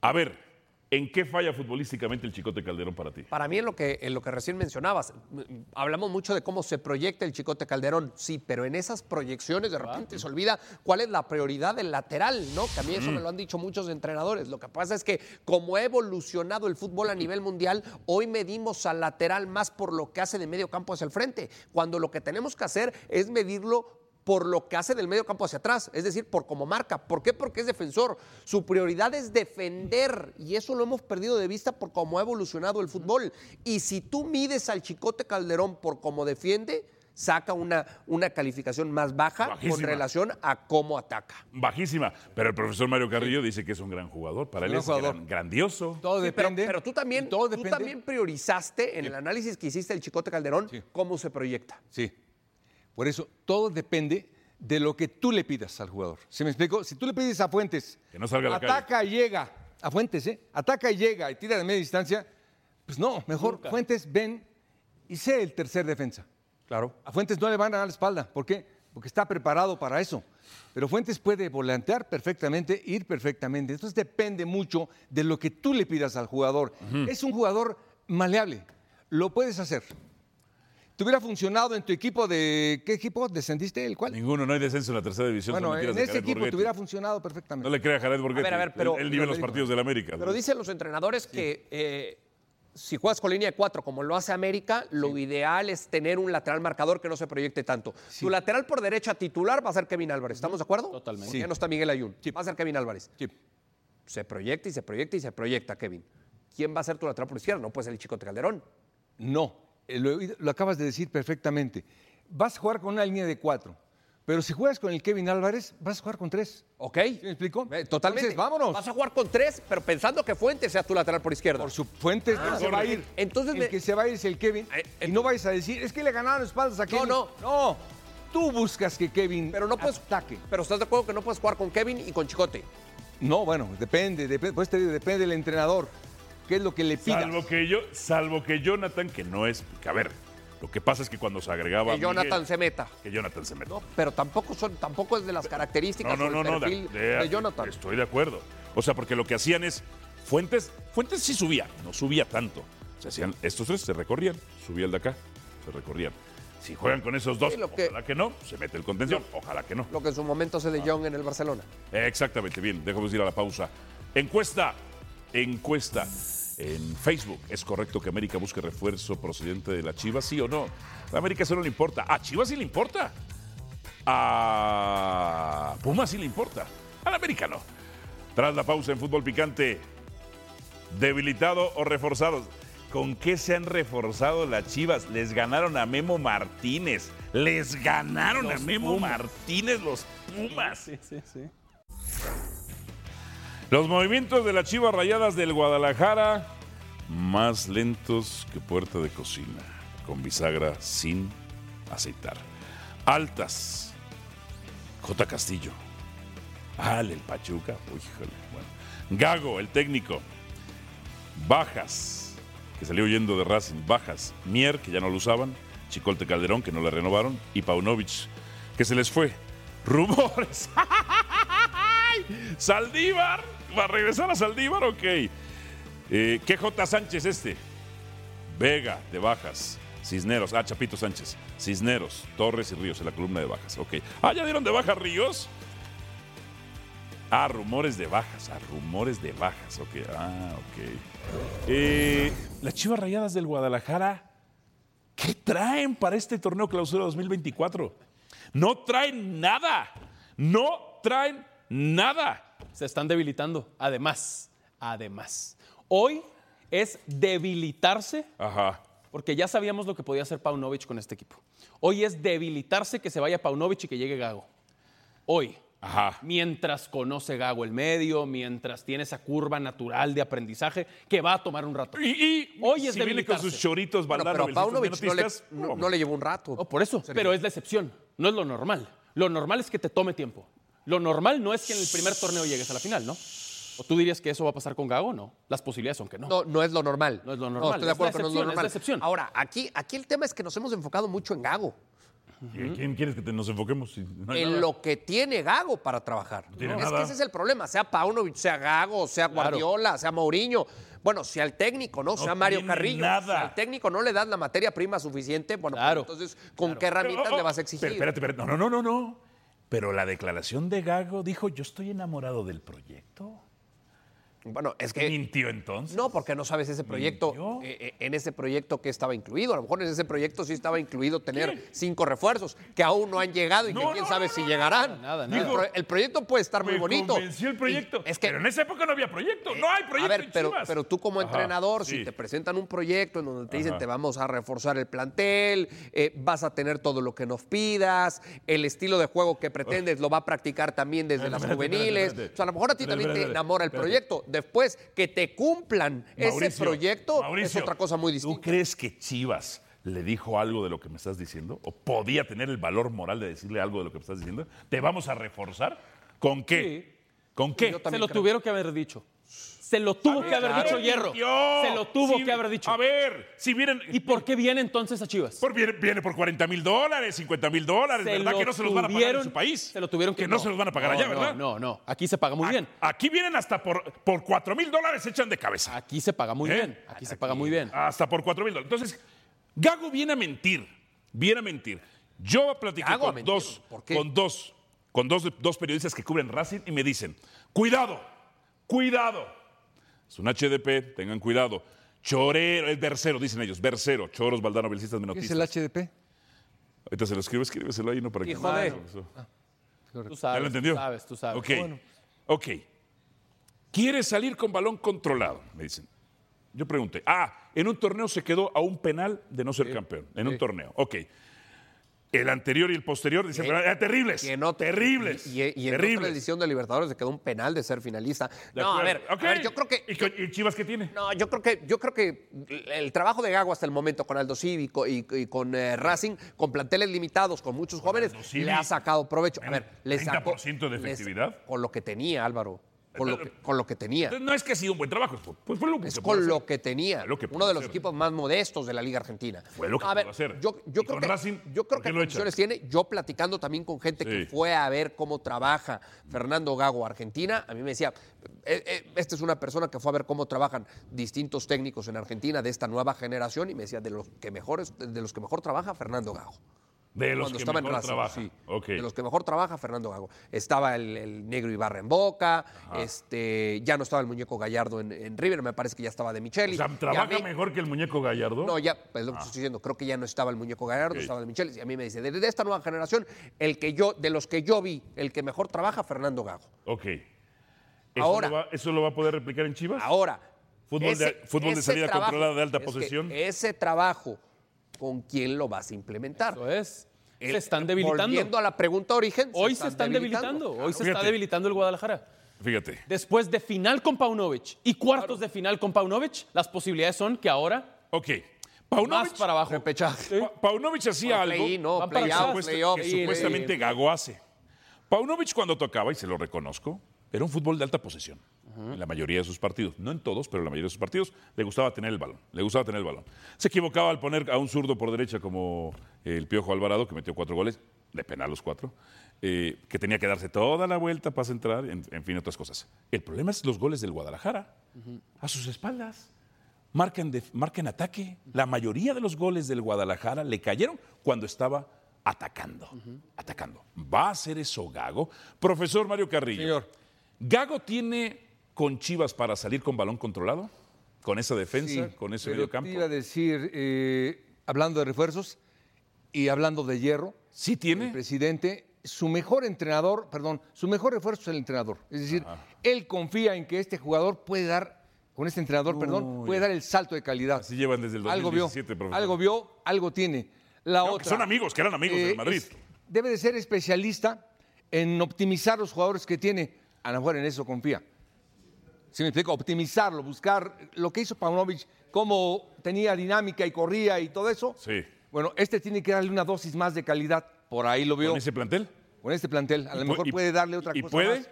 Speaker 2: A ver, ¿en qué falla futbolísticamente el Chicote Calderón para ti?
Speaker 3: Para mí, en lo, que, en lo que recién mencionabas, m- hablamos mucho de cómo se proyecta el Chicote Calderón, sí, pero en esas proyecciones de repente se olvida cuál es la prioridad del lateral, ¿no? Que a mí eso me lo han dicho muchos entrenadores. Lo que pasa es que, como ha evolucionado el fútbol a nivel mundial, hoy medimos al lateral más por lo que hace de medio campo hacia el frente, cuando lo que tenemos que hacer es medirlo por lo que hace del medio campo hacia atrás, es decir, por como marca. ¿Por qué? Porque es defensor. Su prioridad es defender y eso lo hemos perdido de vista por cómo ha evolucionado el fútbol. Y si tú mides al Chicote Calderón por cómo defiende, saca una, una calificación más baja con
Speaker 2: Bajísima.
Speaker 3: relación a cómo ataca.
Speaker 2: Bajísima. Pero el profesor Mario Carrillo dice que es un gran jugador. Para él
Speaker 5: Gran
Speaker 2: es
Speaker 5: jugador.
Speaker 2: gran- grandioso.
Speaker 5: Todo
Speaker 3: Sí, pero,
Speaker 5: depende.
Speaker 3: pero tú también,
Speaker 5: Todo
Speaker 3: tú
Speaker 5: depende.
Speaker 3: también priorizaste en el análisis que hiciste del Chicote Calderón
Speaker 5: Sí.
Speaker 3: cómo se proyecta.
Speaker 5: Sí. Por eso, todo depende de lo que tú le pidas al jugador. ¿Se me explicó? Si tú le pides a Fuentes,
Speaker 2: Que no salga a la calle.
Speaker 5: ataca y llega, a Fuentes, ¿eh? Ataca y llega y tira de media distancia, pues no, mejor Fuentes, ven y sé el tercer defensa.
Speaker 3: Claro.
Speaker 5: A Fuentes no le van a dar la espalda. ¿Por qué? Porque está preparado para eso. Pero Fuentes puede volantear perfectamente, ir perfectamente. Entonces depende mucho de lo que tú le pidas al jugador. Es un jugador maleable. Lo puedes hacer. ¿Te hubiera funcionado en tu equipo de. ¿Qué equipo descendiste? ¿El cual?
Speaker 2: Ninguno, no hay descenso en la tercera división. son
Speaker 5: Bueno, en
Speaker 2: mentiras de
Speaker 5: ese
Speaker 2: Jared
Speaker 5: equipo
Speaker 2: Borghetti.
Speaker 5: te hubiera funcionado perfectamente.
Speaker 2: No le crea a Jared Borghetti.
Speaker 3: A ver, a ver, pero-
Speaker 2: Él, él vive
Speaker 5: lo
Speaker 2: los
Speaker 5: digo.
Speaker 2: partidos del América.
Speaker 3: Pero dicen los entrenadores que eh, si juegas con línea de cuatro, como lo hace América, lo ideal es tener un lateral marcador que no se proyecte tanto. Tu lateral por derecha titular va a ser Kevin Álvarez. ¿Estamos de acuerdo?
Speaker 4: Totalmente.
Speaker 3: Porque
Speaker 5: Sí.
Speaker 3: Ya no está Miguel Ayun.
Speaker 5: Sí.
Speaker 3: Va a ser Kevin Álvarez.
Speaker 5: Sí.
Speaker 3: Se proyecta y se proyecta y se proyecta, Kevin. ¿Quién va a ser tu lateral por izquierda? No puede ser el Chico Calderón.
Speaker 5: No, eh, lo, lo acabas de decir perfectamente. Vas a jugar con una línea de cuatro. Pero si juegas con el Kevin Álvarez, vas a jugar con tres.
Speaker 3: ¿Ok?
Speaker 5: me explicó?
Speaker 3: Eh, Totalmente.
Speaker 5: Entonces, vámonos.
Speaker 3: Vas a jugar con tres, pero pensando que Fuentes sea tu lateral por izquierda.
Speaker 5: Por su fuente no se va a ir.
Speaker 3: Ah, Entonces
Speaker 5: el
Speaker 3: me-
Speaker 5: que se va a ir es el Kevin.
Speaker 3: Eh, eh,
Speaker 5: y no vais a decir, es que le ganaron espaldas a Kevin.
Speaker 3: no.
Speaker 5: No. Tú buscas que Kevin
Speaker 3: pero no puedes.
Speaker 5: ataque.
Speaker 3: Pero estás de acuerdo que no puedes jugar con Kevin y con Chicote.
Speaker 5: No, bueno, depende, depende. Pues te digo, depende del entrenador. ¿Qué es lo que le pida?
Speaker 2: Salvo que, yo, salvo que Jonathan, que no es. que, a ver, Lo que pasa es que cuando se agregaba.
Speaker 3: Que Jonathan
Speaker 2: Miguel-
Speaker 3: se meta.
Speaker 2: Que Jonathan se meta.
Speaker 3: No, pero tampoco son, tampoco es de las características o el perfil de, Jonathan.
Speaker 2: ah, Estoy de acuerdo. O sea, porque lo que hacían es. Fuentes, Fuentes sí subía, no subía tanto. Se hacían, estos tres se recorrían, subía el de acá, se recorrían. Si juegan con esos dos,
Speaker 3: Sí, lo que-
Speaker 2: ojalá que no, se mete el contención, ojalá que no.
Speaker 3: Lo que en su momento se de
Speaker 2: Ah.
Speaker 3: Jong en el Barcelona.
Speaker 2: Exactamente, bien, dejamos ir a la pausa. Encuesta, encuesta en Facebook. ¿Es correcto que América busque refuerzo procedente de la Chivas, sí o no? A América solo le importa. A Chivas sí le importa. A Pumas sí le importa. Al América no. Tras la pausa en fútbol picante, debilitado o reforzados. ¿Con qué se han reforzado las Chivas? Les ganaron a Memo Martínez. Les ganaron a Memo Martínez los Pumas.
Speaker 4: Sí, sí, sí.
Speaker 2: Los movimientos de las Chivas Rayadas del Guadalajara más lentos que puerta de cocina, con bisagra sin aceitar. Altas. J. Castillo. Al, el Pachuca. Uy, híjole, bueno. Gago, el técnico. Bajas, que salió huyendo de Racing. Bajas. Mier, que ya no lo usaban. Chicolte Calderón, que no la renovaron. Y Paunovic, que se les fue. Rumores. Saldívar. ¿Va a regresar a Saldívar? Ok. Eh, ¿Qué J. Sánchez este? Vega, de bajas. Cisneros. Ah, Chapito Sánchez. Cisneros, Torres y Ríos en la columna de bajas. Ok. Ah, ¿ya dieron de baja a Ríos? Ah, rumores de bajas. Ah, rumores de bajas. Ok. Ah, ok. Eh, Las Chivas Rayadas del Guadalajara. ¿Qué traen para este torneo clausura 2024? No traen nada. No traen nada.
Speaker 4: Se están debilitando. Además, además. Hoy es debilitarse
Speaker 2: Ajá.
Speaker 4: Porque ya sabíamos lo que podía hacer Paunovic con este equipo. Hoy es debilitarse que se vaya Paunovic y que llegue Gago. Hoy.
Speaker 2: Ajá.
Speaker 4: Mientras conoce Gago el medio, mientras tiene esa curva natural de aprendizaje que va a tomar un rato.
Speaker 2: Y, y
Speaker 4: Hoy es
Speaker 2: si viene con
Speaker 4: debilitarse.
Speaker 2: sus choritos,
Speaker 3: Bueno,
Speaker 2: Valdano,
Speaker 3: pero a Paunovic no le, no- no le llevó un rato.
Speaker 4: Oh, por eso, pero es la excepción, no es lo normal. Lo normal es que te tome tiempo. Lo normal no es que en el primer torneo llegues a la final, ¿no? ¿O tú dirías que eso va a pasar con Gago? No. Las posibilidades son que no.
Speaker 3: No, no es lo normal.
Speaker 4: No es lo normal,
Speaker 3: estoy de
Speaker 4: es la
Speaker 3: acuerdo que no es lo
Speaker 4: excepción, es la
Speaker 3: normal.
Speaker 4: excepción.
Speaker 3: Ahora, aquí, aquí el tema es que nos hemos enfocado mucho en Gago,
Speaker 2: ¿Quién quieres que te- nos enfoquemos? Si no hay
Speaker 3: en
Speaker 2: nada?
Speaker 3: lo que tiene Gago para trabajar.
Speaker 2: tiene
Speaker 3: es
Speaker 2: nada.
Speaker 3: que ese es el problema, sea Paunovic, sea Gago, sea Guardiola, sea Mourinho. Bueno, si al técnico, ¿no? sea Mario
Speaker 2: tiene
Speaker 3: Carrillo.
Speaker 2: nada.
Speaker 3: Si al técnico no le das la materia prima suficiente, bueno, pues
Speaker 4: Claro,
Speaker 3: entonces, ¿con qué herramientas
Speaker 2: Oh, oh,
Speaker 3: le vas a
Speaker 2: pero
Speaker 3: exigir?
Speaker 2: Espérate, espérate. No, no, no, no, no. Pero la declaración de Gago dijo, yo estoy enamorado del proyecto.
Speaker 3: Bueno, es que.
Speaker 2: ¿Mintió entonces?
Speaker 3: No, porque no sabes ese proyecto,
Speaker 2: Mintió.
Speaker 3: eh, eh, en ese proyecto que estaba incluido. A lo mejor en ese proyecto sí estaba incluido tener cinco refuerzos que aún no han llegado y que
Speaker 2: No,
Speaker 3: quién
Speaker 2: no,
Speaker 3: sabe
Speaker 2: no,
Speaker 3: si
Speaker 2: no,
Speaker 3: llegarán.
Speaker 4: nada,
Speaker 3: El
Speaker 4: nada.
Speaker 3: pro- El, proyecto puede estar muy
Speaker 2: Me
Speaker 3: bonito.
Speaker 2: convenció el proyecto.
Speaker 3: Y es que, Eh,
Speaker 2: pero en esa época no había proyecto. no hay proyecto.
Speaker 3: a ver,
Speaker 2: en
Speaker 3: pero,
Speaker 2: Chivas.
Speaker 3: pero tú como
Speaker 2: Ajá,
Speaker 3: entrenador,
Speaker 2: sí.
Speaker 3: si te presentan un proyecto en donde te dicen te vamos a reforzar el plantel, eh, vas a tener todo lo que nos pidas, el estilo de juego que pretendes lo va a practicar también desde las
Speaker 2: espérate, espérate,
Speaker 3: juveniles.
Speaker 2: espérate.
Speaker 3: O sea, a lo mejor a ti
Speaker 2: Espérate,
Speaker 3: también te
Speaker 2: espérate,
Speaker 3: enamora el
Speaker 2: espérate.
Speaker 3: proyecto. Después que te cumplan ese
Speaker 2: Mauricio,
Speaker 3: proyecto
Speaker 2: Mauricio,
Speaker 3: es otra cosa muy distinta.
Speaker 2: ¿Tú crees que Chivas le dijo algo de lo que me estás diciendo? ¿O podía tener el valor moral de decirle algo de lo que me estás diciendo? ¿Te vamos a reforzar? ¿Con qué? ¿Con qué?
Speaker 3: Yo
Speaker 4: Se
Speaker 3: también
Speaker 4: lo
Speaker 3: creo. Ah,
Speaker 4: tuvieron que haber dicho. Se lo tuvo que haber dicho Hierro.
Speaker 2: Mintió.
Speaker 4: Se lo tuvo
Speaker 2: Sí,
Speaker 4: que haber dicho.
Speaker 2: A ver, si vienen.
Speaker 4: ¿Y por qué viene entonces a Chivas?
Speaker 2: por- viene, viene por 40 mil dólares, 50 mil dólares,
Speaker 4: Se
Speaker 2: ¿verdad?
Speaker 4: lo
Speaker 2: Que no se los van a pagar en
Speaker 4: tuvieron-
Speaker 2: su país.
Speaker 4: Se lo tuvieron que,
Speaker 2: no, se los van a pagar
Speaker 4: No,
Speaker 2: allá,
Speaker 4: no,
Speaker 2: ¿verdad? Ah.
Speaker 4: No, no, aquí se paga muy bien.
Speaker 2: A- Aquí vienen hasta por, por 4 mil dólares, se echan de cabeza.
Speaker 4: Aquí se paga muy
Speaker 2: ¿Eh?
Speaker 4: bien. Aquí se paga muy bien.
Speaker 2: Hasta por 4 mil dólares. Entonces, Gago viene a mentir. Viene a mentir. Yo platiqué
Speaker 3: Gago a
Speaker 2: con
Speaker 3: mentir,
Speaker 2: dos,
Speaker 3: ¿por qué?
Speaker 2: con dos, con dos, dos periodistas que cubren Racing y me dicen: cuidado, cuidado. Es un HDP, tengan cuidado. Chorero, es versero, dicen ellos, versero, choros, baldano, belcistas,
Speaker 5: ¿Qué es el
Speaker 2: menotistas.
Speaker 5: HDP?
Speaker 2: Ahorita se lo escribo, escríbeselo ahí, no para que
Speaker 3: Hijo de-
Speaker 2: Eso.
Speaker 4: Tú
Speaker 2: ¿Ya
Speaker 4: sabes.
Speaker 2: lo entendió?
Speaker 4: Tú sabes, tú sabes.
Speaker 2: Ok. Ok. Quiere salir con balón controlado, me dicen. Yo pregunté. Ah, en un torneo se quedó a un penal de no ser campeón. En un torneo. Ok. El anterior y el posterior dicen,
Speaker 3: Eh,
Speaker 2: "Ah, terribles.
Speaker 3: que no-
Speaker 2: terribles.
Speaker 3: Y, y- y en otra
Speaker 2: terribles.
Speaker 3: edición de Libertadores se quedó un penal de ser finalista.
Speaker 2: De
Speaker 3: no, a ver,
Speaker 2: acuerdo.
Speaker 3: a
Speaker 2: Ok.
Speaker 3: ver, yo creo que
Speaker 2: ¿Y, con- y Chivas qué tiene?
Speaker 3: No, yo creo que, yo creo que el trabajo de Gago hasta el momento con Aldo Civi co- y, y con eh, Racing, con planteles limitados, con muchos jóvenes,
Speaker 2: Aldo Civi.
Speaker 3: le ha sacado provecho. A ver, le sacó.
Speaker 2: 30% de
Speaker 3: les-
Speaker 2: efectividad.
Speaker 3: con lo que tenía, Álvaro. con lo que, con lo que tenía.
Speaker 2: No es que ha sido un buen trabajo, pues fue lo que
Speaker 3: Es
Speaker 2: se
Speaker 3: con
Speaker 2: pudo hacer.
Speaker 3: lo que tenía.
Speaker 2: Lo que pudo
Speaker 3: uno de los
Speaker 2: hacer.
Speaker 3: equipos más modestos de la Liga Argentina.
Speaker 2: Fue lo que
Speaker 3: a
Speaker 2: pudo
Speaker 3: ver,
Speaker 2: hacer.
Speaker 3: Yo, yo
Speaker 2: Y
Speaker 3: creo
Speaker 2: con
Speaker 3: que,
Speaker 2: Racing,
Speaker 3: yo creo
Speaker 2: ¿por
Speaker 3: que
Speaker 2: qué lo
Speaker 3: condiciones tiene. Yo platicando también con gente que
Speaker 2: Sí.
Speaker 3: fue a ver cómo trabaja Fernando Gago a Argentina, a mí me decía, eh, eh, esta es una persona que fue a ver cómo trabajan distintos técnicos en Argentina de esta nueva generación y me decía, de los que, mejores, de los que mejor trabaja Fernando Gago.
Speaker 2: De los
Speaker 3: Cuando
Speaker 2: que
Speaker 3: estaba en
Speaker 2: mejor
Speaker 3: Racing,
Speaker 2: trabaja.
Speaker 3: sí.
Speaker 2: Ok.
Speaker 3: De los que mejor trabaja, Fernando Gago. Estaba el, el negro Ibarra en Boca, este, ya no estaba el muñeco Gallardo en, en River, me parece que ya estaba de Micheli.
Speaker 2: O sea,
Speaker 3: Y a
Speaker 2: ¿trabaja
Speaker 3: mí-
Speaker 2: mejor que el muñeco Gallardo?
Speaker 3: No, ya, pues lo que estoy diciendo, creo que ya no estaba el muñeco Gallardo,
Speaker 2: Ok.
Speaker 3: estaba de Micheli. Y a mí me dice, de, de esta nueva generación, el que yo, de los que yo vi, el que mejor trabaja, Fernando Gago.
Speaker 2: Ok. ¿Eso,
Speaker 3: Ahora-
Speaker 2: lo va, ¿Eso lo va a poder replicar en Chivas?
Speaker 3: Ahora.
Speaker 2: Fútbol de- fútbol de salida controlada de alta
Speaker 3: es que
Speaker 2: posesión.
Speaker 3: Ese trabajo, ¿con quién lo vas a implementar?
Speaker 4: Eso es.
Speaker 3: El- eh,
Speaker 4: se están debilitando.
Speaker 3: Volviendo a la pregunta origen.
Speaker 4: Hoy se están debilitando. Hoy se está
Speaker 2: Fíjate.
Speaker 4: debilitando el Guadalajara.
Speaker 2: Fíjate.
Speaker 4: Después de final con Paunovic y cuartos de final con Paunovic, las posibilidades son que ahora
Speaker 2: Ok.
Speaker 4: más
Speaker 2: Paunovic,
Speaker 4: para abajo.
Speaker 3: Repechaje.
Speaker 2: Pa- Paunovic hacía
Speaker 3: Bueno,
Speaker 2: algo
Speaker 3: play-in, no,
Speaker 2: que
Speaker 4: play-out,
Speaker 2: supuesta-
Speaker 3: play-off,
Speaker 2: que
Speaker 3: play-in,
Speaker 2: supuestamente
Speaker 3: play-in.
Speaker 2: Gago hace. Paunovic cuando tocaba, y se lo reconozco, era un fútbol de alta posesión. En la mayoría de sus partidos, no en todos, pero en la mayoría de sus partidos, le gustaba tener el balón. Le gustaba tener el balón. Se equivocaba al poner a un zurdo por derecha como el Piojo Alvarado, que metió cuatro goles, de penal los cuatro, eh, que tenía que darse toda la vuelta para entrar, en, en fin, otras cosas. El problema es los goles del Guadalajara, a sus espaldas marcan, def- marcan ataque. La mayoría de los goles del Guadalajara le cayeron cuando estaba atacando. Atacando. ¿Va a hacer eso Gago? Profesor Mario Carrillo.
Speaker 5: Señor.
Speaker 2: ¿Gago tiene con Chivas para salir con balón controlado? ¿Con esa defensa?
Speaker 5: Sí,
Speaker 2: ¿Con ese
Speaker 5: pero
Speaker 2: medio
Speaker 5: te iba a
Speaker 2: campo?
Speaker 5: decir, eh, hablando de refuerzos y hablando de hierro,
Speaker 2: ¿Sí
Speaker 5: el
Speaker 2: tiene?
Speaker 5: presidente, su mejor entrenador, perdón, su mejor refuerzo es el entrenador. Es decir, él confía en que este jugador puede dar, con este entrenador, perdón, puede dar el salto de calidad.
Speaker 2: Así llevan desde el
Speaker 5: algo vio,
Speaker 2: 2017, profesor.
Speaker 5: algo vio, algo tiene. La
Speaker 2: No, que
Speaker 5: otra, eh,
Speaker 2: son amigos, que eran amigos del Madrid.
Speaker 5: es- debe de ser especialista en optimizar los jugadores que tiene. A lo mejor en eso confía. Si me explico? Optimizarlo, buscar lo que hizo Paunovic, cómo tenía dinámica y corría y todo eso.
Speaker 2: Sí.
Speaker 5: Bueno, este tiene que darle una dosis más de calidad. Por ahí lo veo.
Speaker 2: ¿Con ese plantel?
Speaker 5: Con este plantel. A
Speaker 2: Y
Speaker 5: lo
Speaker 2: pu-
Speaker 5: mejor
Speaker 2: y-
Speaker 5: puede darle otra
Speaker 2: y
Speaker 5: cosa
Speaker 2: puede?
Speaker 5: más.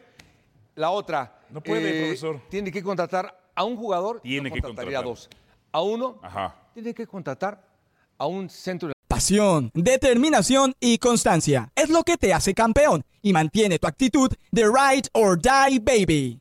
Speaker 5: La otra. eh,
Speaker 2: No puede, profesor.
Speaker 5: Tiene que contratar a un jugador.
Speaker 2: Tiene
Speaker 5: yo
Speaker 2: que
Speaker 5: contrataría a
Speaker 2: contratar.
Speaker 5: dos. A uno.
Speaker 2: Ajá.
Speaker 5: Tiene que contratar a un centro
Speaker 6: Pasión, determinación y constancia es lo que te hace campeón y mantiene tu actitud de ride or die baby.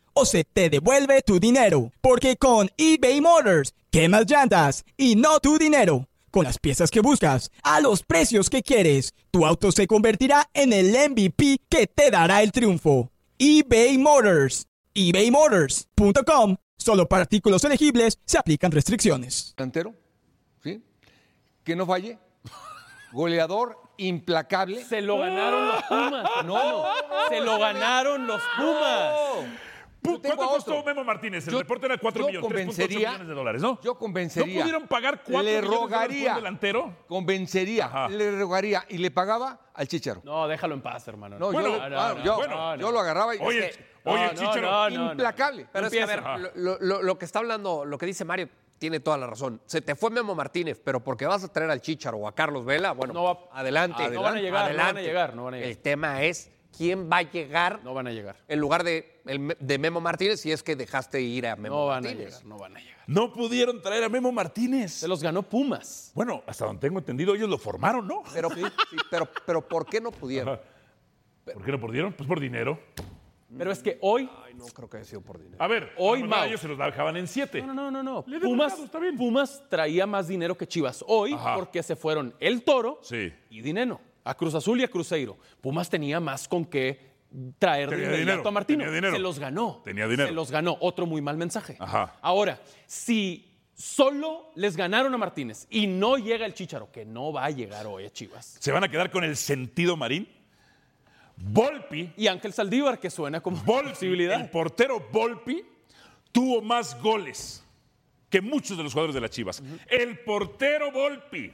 Speaker 6: o se te devuelve tu dinero. Porque con eBay Motors, quemas llantas y no tu dinero. Con las piezas que buscas, a los precios que quieres, tu auto se convertirá en el MVP que te dará el triunfo. eBay Motors. ebaymotors.com. Solo para artículos elegibles se aplican restricciones.
Speaker 5: delantero, ¿sí? Que no falle. Goleador implacable.
Speaker 4: Se lo ganaron los Pumas.
Speaker 2: Ah,
Speaker 4: No, se lo ganaron los Pumas.
Speaker 2: Pu-
Speaker 5: Yo tengo
Speaker 2: ¿Cuánto
Speaker 5: a
Speaker 2: costó
Speaker 5: otro.
Speaker 2: Memo Martínez? El
Speaker 5: Yo-
Speaker 2: reporte era 4
Speaker 5: yo
Speaker 2: millones, 3.8
Speaker 5: convencería-
Speaker 2: millones de dólares, ¿no?
Speaker 5: yo convencería.
Speaker 2: ¿No pudieron pagar 4 millones de
Speaker 5: Le
Speaker 2: dólares por un
Speaker 5: rogaría.
Speaker 2: delantero?
Speaker 5: Convencería,
Speaker 2: Ajá.
Speaker 5: le rogaría y le pagaba al chicharo.
Speaker 4: No, déjalo en paz, hermano.
Speaker 5: No,
Speaker 2: Bueno,
Speaker 5: yo, le-
Speaker 2: no,
Speaker 5: ah,
Speaker 4: no,
Speaker 5: yo-
Speaker 2: bueno.
Speaker 5: yo lo agarraba y
Speaker 2: Oye,
Speaker 5: Es que-
Speaker 2: oye,
Speaker 4: no,
Speaker 2: Chicharo.
Speaker 4: no, no, no.
Speaker 5: implacable.
Speaker 3: Pero es que, a ver,
Speaker 4: Empieza.
Speaker 3: lo, lo- lo que está hablando, lo que dice Mario, tiene toda la razón. Se te fue Memo Martínez, pero porque vas a traer al Chicharo o a Carlos Vela, bueno,
Speaker 4: No va- ah,
Speaker 3: adelante.
Speaker 4: no van a llegar, no van a llegar, no van a llegar.
Speaker 3: El tema es quién va a llegar
Speaker 4: No van a llegar.
Speaker 3: en lugar de, el me- de Memo Martínez si es que dejaste ir a Memo
Speaker 4: No van a
Speaker 3: Martínez.
Speaker 4: llegar, no van a llegar.
Speaker 2: No pudieron traer a Memo Martínez.
Speaker 4: Se los ganó Pumas.
Speaker 2: Bueno, hasta donde tengo entendido, ellos lo formaron, ¿no?
Speaker 3: Pero, sí, pero, pero ¿por qué no pudieron?
Speaker 2: ¿Por qué no perdieron? Pues por dinero.
Speaker 4: Pero es que hoy.
Speaker 3: Ay, no creo que haya sido por dinero.
Speaker 2: A ver,
Speaker 4: Hoy,
Speaker 2: a lo mejor
Speaker 4: Mau.
Speaker 2: ellos se los dejaban en 7.
Speaker 4: No, no, no, no.
Speaker 2: Le he
Speaker 4: Pumas,
Speaker 2: devolvido, está bien.
Speaker 4: Pumas traía más dinero que Chivas hoy
Speaker 2: Ajá.
Speaker 4: porque se fueron el Toro
Speaker 2: Sí.
Speaker 4: y Dineno a Cruz Azul y a Cruzeiro. Pumas tenía más con que traer de
Speaker 2: Tenía
Speaker 4: inmediato
Speaker 2: dinero,
Speaker 4: a Martino.
Speaker 2: tenía dinero.
Speaker 4: Se los ganó.
Speaker 2: Tenía dinero.
Speaker 4: Se los ganó. Otro muy mal mensaje.
Speaker 2: Ajá.
Speaker 4: Ahora, si solo les ganaron a Martínez y no llega el Chicharo, que no va a llegar hoy a Chivas.
Speaker 2: ¿Se van a quedar con el sentido marín? Volpi,
Speaker 4: Y Ángel Saldívar, que suena como
Speaker 2: Volpi,
Speaker 4: posibilidad.
Speaker 2: el portero Volpi tuvo más goles que muchos de los jugadores de las Chivas. El portero Volpi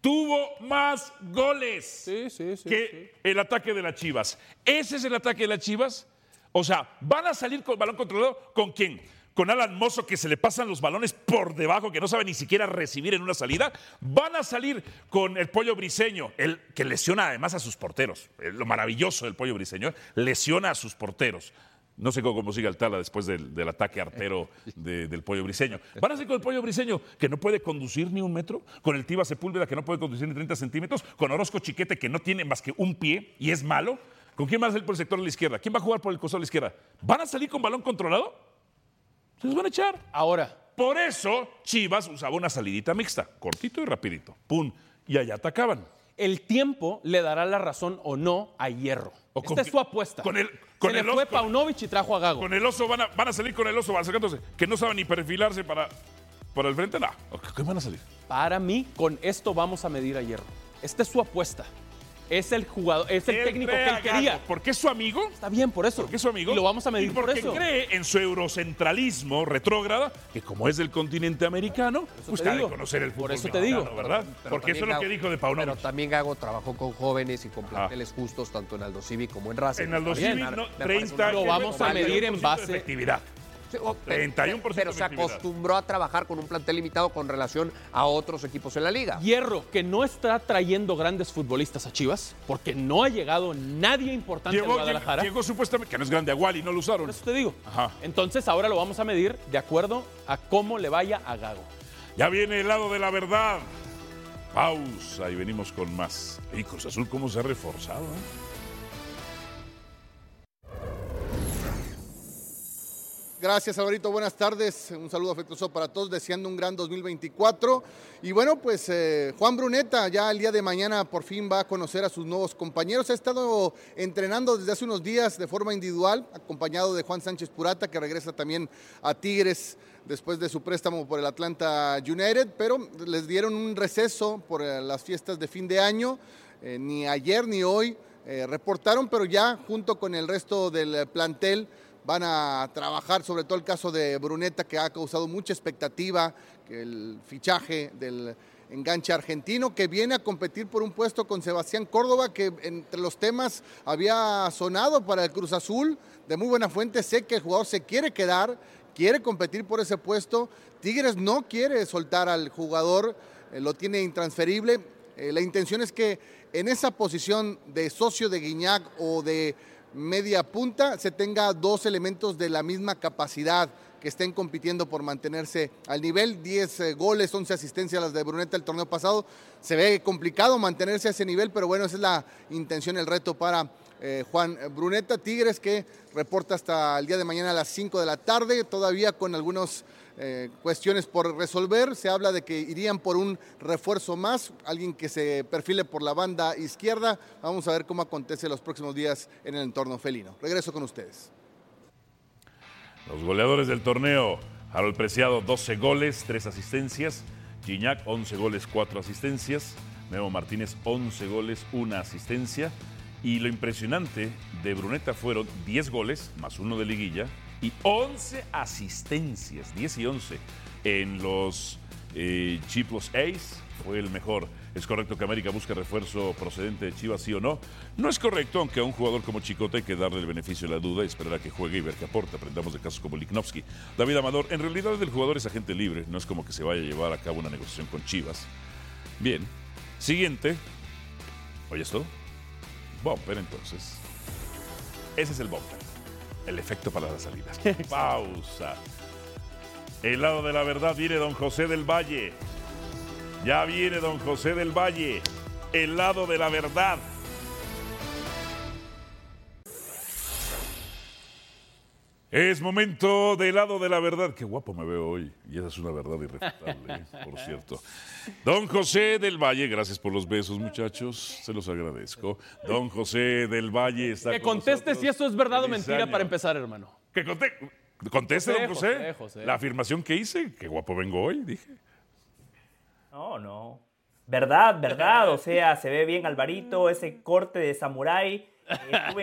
Speaker 2: tuvo más goles
Speaker 4: Sí, sí, sí.
Speaker 2: que el ataque de las Chivas. Ese es el ataque de las Chivas. O sea, van a salir con balón controlado con quién? Con Alan Mozo que se le pasan los balones por debajo, que no sabe ni siquiera recibir en una salida. Van a salir con el pollo briseño, el que lesiona además a sus porteros. Eh, Lo maravilloso del pollo briseño, ¿eh? lesiona a sus porteros. No sé cómo, cómo sigue Altala después del, del ataque artero de- del pollo briseño. Van a ser con el pollo briseño, que no puede conducir ni un metro, con el Tiba Sepúlveda, que no puede conducir ni 30 centímetros, con Orozco Chiquete, que no tiene más que un pie y es malo. ¿Con quién más él por el sector de la izquierda? ¿Quién va a jugar por el costado de la izquierda? ¿Van a salir con balón controlado? Se los van a echar.
Speaker 4: Ahora,
Speaker 2: Por eso Chivas usaba una salidita mixta, cortito y rapidito. ¡Pum! Y allá atacaban.
Speaker 4: el tiempo le dará la razón o no a Hierro.
Speaker 2: O con
Speaker 4: Esta es
Speaker 2: que-
Speaker 4: su apuesta.
Speaker 2: con el- con
Speaker 4: Se
Speaker 2: el
Speaker 4: le fue
Speaker 2: Oscar.
Speaker 4: Paunovic y trajo a Gago.
Speaker 2: Con el oso van a, van a salir con el oso, van sacándose, que no saben ni perfilarse para, para el frente. No. ¿Qué van a salir?
Speaker 4: Para mí, con esto vamos a medir a Hierro. Esta es su apuesta. Es el jugador, es el
Speaker 2: Él
Speaker 4: técnico
Speaker 2: cree
Speaker 4: que
Speaker 2: a
Speaker 4: él
Speaker 2: Gago
Speaker 4: quería.
Speaker 2: Porque es su amigo.
Speaker 4: Está bien por eso.
Speaker 2: Porque es su amigo.
Speaker 4: Y lo vamos a
Speaker 2: y
Speaker 4: medir por
Speaker 2: porque
Speaker 4: eso.
Speaker 2: cree en su eurocentralismo retrógrada, que como es del continente americano,
Speaker 4: eso
Speaker 2: pues
Speaker 4: te
Speaker 2: ha de
Speaker 4: digo.
Speaker 2: conocer el
Speaker 4: Por
Speaker 2: fútbol.
Speaker 4: eso te
Speaker 2: mexicano,
Speaker 4: digo.
Speaker 2: ¿verdad?
Speaker 3: Pero
Speaker 2: porque eso es
Speaker 3: también
Speaker 2: lo
Speaker 3: Gago-
Speaker 2: que dijo de
Speaker 3: Pero
Speaker 2: Paunovic. Ah.
Speaker 3: también Gago trabajó con jóvenes y con planteles justos, tanto en Aldo Civi como en Racing.
Speaker 2: En Aldo
Speaker 3: Está bien,
Speaker 4: ah,
Speaker 2: Civi,
Speaker 3: me
Speaker 2: no,
Speaker 3: parece
Speaker 2: 30
Speaker 4: Lo
Speaker 2: que
Speaker 4: vamos
Speaker 2: me-
Speaker 4: a medir en
Speaker 2: 31% de
Speaker 4: base-
Speaker 2: efectividad.
Speaker 3: Sí, o- pero-
Speaker 2: 31%
Speaker 3: Pero
Speaker 2: de
Speaker 3: se
Speaker 2: efectividad.
Speaker 3: acostumbró a trabajar con un plantel limitado con relación a otros equipos en la liga.
Speaker 4: Hierro, que no está trayendo grandes futbolistas a Chivas, porque no ha llegado nadie importante a
Speaker 2: Llegó,
Speaker 4: Guadalajara.
Speaker 2: llegó supuestamente, que no es grande Aguali, no lo usaron.
Speaker 4: Por eso te digo.
Speaker 2: Ajá.
Speaker 4: Entonces ahora lo vamos a medir de acuerdo a cómo le vaya a Gago.
Speaker 2: Ya viene el lado de la verdad. Pausa y venimos con más. Y Cruz Azul, ¿cómo se ha reforzado? eh?
Speaker 7: Gracias, Alvarito. Buenas tardes. Un saludo afectuoso para todos, deseando un gran 2024. Y bueno, pues eh, Juan Bruneta ya el día de mañana por fin va a conocer a sus nuevos compañeros. Ha estado entrenando desde hace unos días de forma individual, acompañado de Juan Sánchez Purata, que regresa también a Tigres después de su préstamo por el Atlanta United, pero les dieron un receso por eh, las fiestas de fin de año, Eh, ni ayer ni hoy eh, reportaron, pero ya junto con el resto del eh, plantel van a trabajar sobre todo el caso de Bruneta que ha causado mucha expectativa, que el fichaje del enganche argentino que viene a competir por un puesto con Sebastián Córdoba que entre los temas había sonado para el Cruz Azul, de muy buena fuente sé que el jugador se quiere quedar, quiere competir por ese puesto, Tigres no quiere soltar al jugador, eh, lo tiene intransferible, eh, la intención es que en esa posición de socio de Guiñac o de media punta se tenga dos elementos de la misma capacidad que estén compitiendo por mantenerse al nivel. 10 eh, goles, 11 asistencias las de Bruneta el torneo pasado. Se ve complicado mantenerse a ese nivel, pero bueno, esa es la intención, el reto para eh, Juan Bruneta. Tigres que reporta hasta el día de mañana a las 5 de la tarde, todavía con algunos eh, cuestiones por resolver. Se habla de que irían por un refuerzo más, alguien que se perfile por la banda izquierda. Vamos a ver cómo acontece los próximos días en el entorno felino. Regreso con ustedes.
Speaker 2: Los goleadores del torneo, Harold Preciado 12 goles, 3 asistencias, Gignac 11 goles, 4 asistencias, Memo Martínez 11 goles, 1 asistencia y lo impresionante de Bruneta fueron 10 goles más uno de liguilla y 11 asistencias, 10 y 11 en los eh, Chiplos Ace fue el mejor. ¿Es correcto que América busque refuerzo procedente de Chivas, sí o no? No es correcto, aunque a un jugador como Chicote hay que darle el beneficio de la duda y esperar a que juegue y ver qué aporta. Aprendamos de casos como Liknowski. David Amador, en realidad el jugador es agente libre, no es como que se vaya a llevar a cabo una negociación con Chivas. Bien. Siguiente. ¿Oye esto? Bumper, entonces. Ese es el bumper. El efecto para las salidas. Pausa. El lado de la verdad viene don José del Valle. Ya viene don José del Valle. El lado de la verdad. Es momento del lado de la verdad. Qué guapo me veo hoy. Y esa es una verdad irrefutable, ¿eh? por cierto. Don José del Valle, gracias por los besos, muchachos. Se los agradezco. Don José del Valle está
Speaker 4: Que
Speaker 2: con
Speaker 4: conteste
Speaker 2: nosotros.
Speaker 4: si eso es verdad o
Speaker 2: Feliz
Speaker 4: mentira
Speaker 2: año.
Speaker 4: para empezar, hermano.
Speaker 2: Que conte- conteste, don José.
Speaker 4: José, José.
Speaker 2: La afirmación que hice, qué guapo vengo hoy, dije.
Speaker 8: No, no. Verdad, verdad. O sea, se ve bien Alvarito, ese corte de samurái Estuve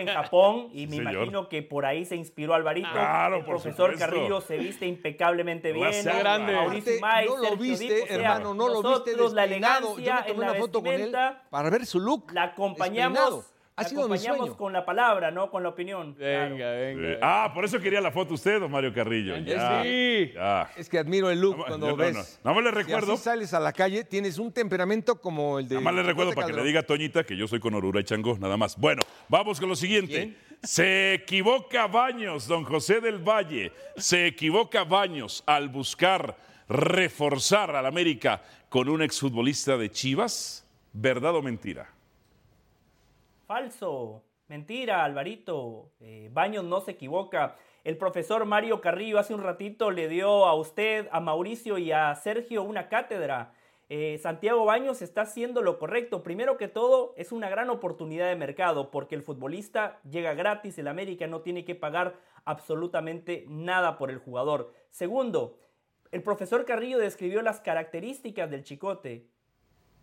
Speaker 8: en Japón y me
Speaker 2: Señor.
Speaker 8: imagino que por ahí se inspiró Alvarito.
Speaker 2: Claro,
Speaker 8: el
Speaker 2: por
Speaker 8: profesor
Speaker 2: supuesto.
Speaker 8: Carrillo se viste impecablemente
Speaker 2: Lo
Speaker 8: bien.
Speaker 2: hace grande.
Speaker 8: Mauricio
Speaker 5: Aparte,
Speaker 8: May,
Speaker 5: no lo
Speaker 8: Sergio
Speaker 5: viste,
Speaker 8: Dip, o sea,
Speaker 5: hermano, no lo viste
Speaker 8: nosotros, la
Speaker 5: despeinado. Yo me
Speaker 8: elegancia
Speaker 5: tomé
Speaker 8: en la
Speaker 5: una foto con él
Speaker 8: vestimenta,
Speaker 5: para ver su look.
Speaker 8: La acompañamos,
Speaker 5: despeinado. Ha
Speaker 8: la
Speaker 5: sido mi
Speaker 8: acompañamos
Speaker 5: sueño.
Speaker 8: con la palabra, no con la opinión. claro.
Speaker 4: Venga,
Speaker 2: Eh,
Speaker 4: venga.
Speaker 2: ah, por eso quería la foto usted, don Mario Carrillo. Ya,
Speaker 4: Eh, Sí.
Speaker 2: ya.
Speaker 5: Es que admiro el look cuando
Speaker 2: yo no,
Speaker 5: ves.
Speaker 2: no. Nada más le recuerdo-
Speaker 5: Si así sales a la calle, tienes un temperamento como el de.
Speaker 2: Nada más le recuerdo
Speaker 5: Quijote
Speaker 2: para que le
Speaker 5: Calderón.
Speaker 2: diga a Toñita que yo soy con Orura y Changó, nada más. Bueno, vamos con lo siguiente. Se equivoca Baños, don José del Valle. Se equivoca Baños al buscar reforzar al América con un exfutbolista de Chivas. ¿Verdad o mentira?
Speaker 8: Falso. Mentira, Alvarito. Eh, Baños no se equivoca. El profesor Mario Carrillo hace un ratito le dio a usted, a Mauricio y a Sergio una cátedra. Eh, Santiago Baños está haciendo lo correcto. Primero que todo, es una gran oportunidad de mercado porque el futbolista llega gratis, el América no tiene que pagar absolutamente nada por el jugador. Segundo, el profesor Carrillo describió las características del chicote.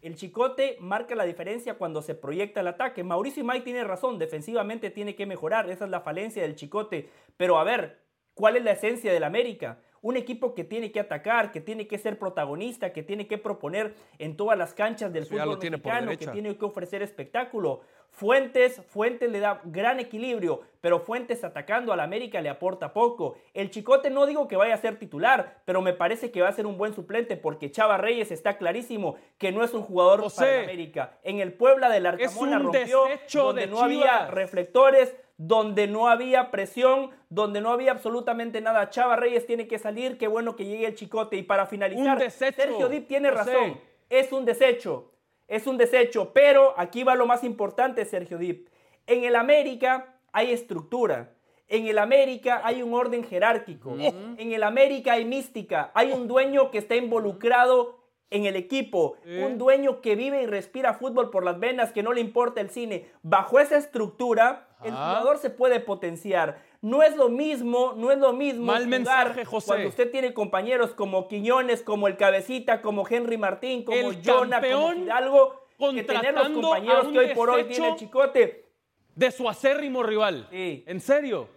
Speaker 8: El chicote marca la diferencia cuando se proyecta el ataque. Mauricio May tiene razón, defensivamente tiene que mejorar, esa es la falencia del chicote. Pero a ver, ¿cuál es la esencia del América? Un equipo que tiene que atacar, que tiene que ser protagonista, que tiene que proponer en todas las canchas del
Speaker 5: Eso ya
Speaker 8: fútbol
Speaker 5: lo tiene por
Speaker 8: mexicano, que
Speaker 5: derecha.
Speaker 8: tiene que ofrecer espectáculo. Fuentes, Fuentes le da gran equilibrio, pero Fuentes atacando al América le aporta poco. El Chicote no digo que vaya a ser titular, pero me parece que va a ser un buen suplente porque Chava Reyes está clarísimo que no es un jugador
Speaker 4: José,
Speaker 8: para el América. En el Puebla del Arcamón la
Speaker 4: un
Speaker 8: rompió,
Speaker 4: desecho
Speaker 8: donde
Speaker 4: de
Speaker 8: no había
Speaker 4: Chivas.
Speaker 8: reflectores, donde no había presión, donde no había absolutamente nada. Chava Reyes tiene que salir, qué bueno que llegue el Chicote. Y para finalizar,
Speaker 4: Un desecho,
Speaker 8: Sergio Dip tiene
Speaker 4: José.
Speaker 8: razón, es un desecho, es un desecho, pero aquí va lo más importante, Sergio Dip. En el América hay estructura. En el América hay un orden jerárquico. En el América hay mística. Hay un dueño que está involucrado en el equipo. Un dueño que vive y respira fútbol por las venas, que no le importa el cine. Bajo esa estructura, el
Speaker 4: Ajá.
Speaker 8: jugador se puede potenciar. No es lo mismo, no es lo mismo
Speaker 4: Mal mensaje, José.
Speaker 8: cuando usted tiene compañeros como Quiñones, como el Cabecita, como Henry Martín, como
Speaker 4: El
Speaker 8: Jonah, como
Speaker 4: campeón
Speaker 8: Fidalgo, que tener los
Speaker 4: contratando
Speaker 8: compañeros
Speaker 4: a un
Speaker 8: que hoy por hoy
Speaker 4: desecho.
Speaker 8: tiene el Chicote.
Speaker 4: De su acérrimo rival.
Speaker 8: Sí.
Speaker 4: ¿En serio?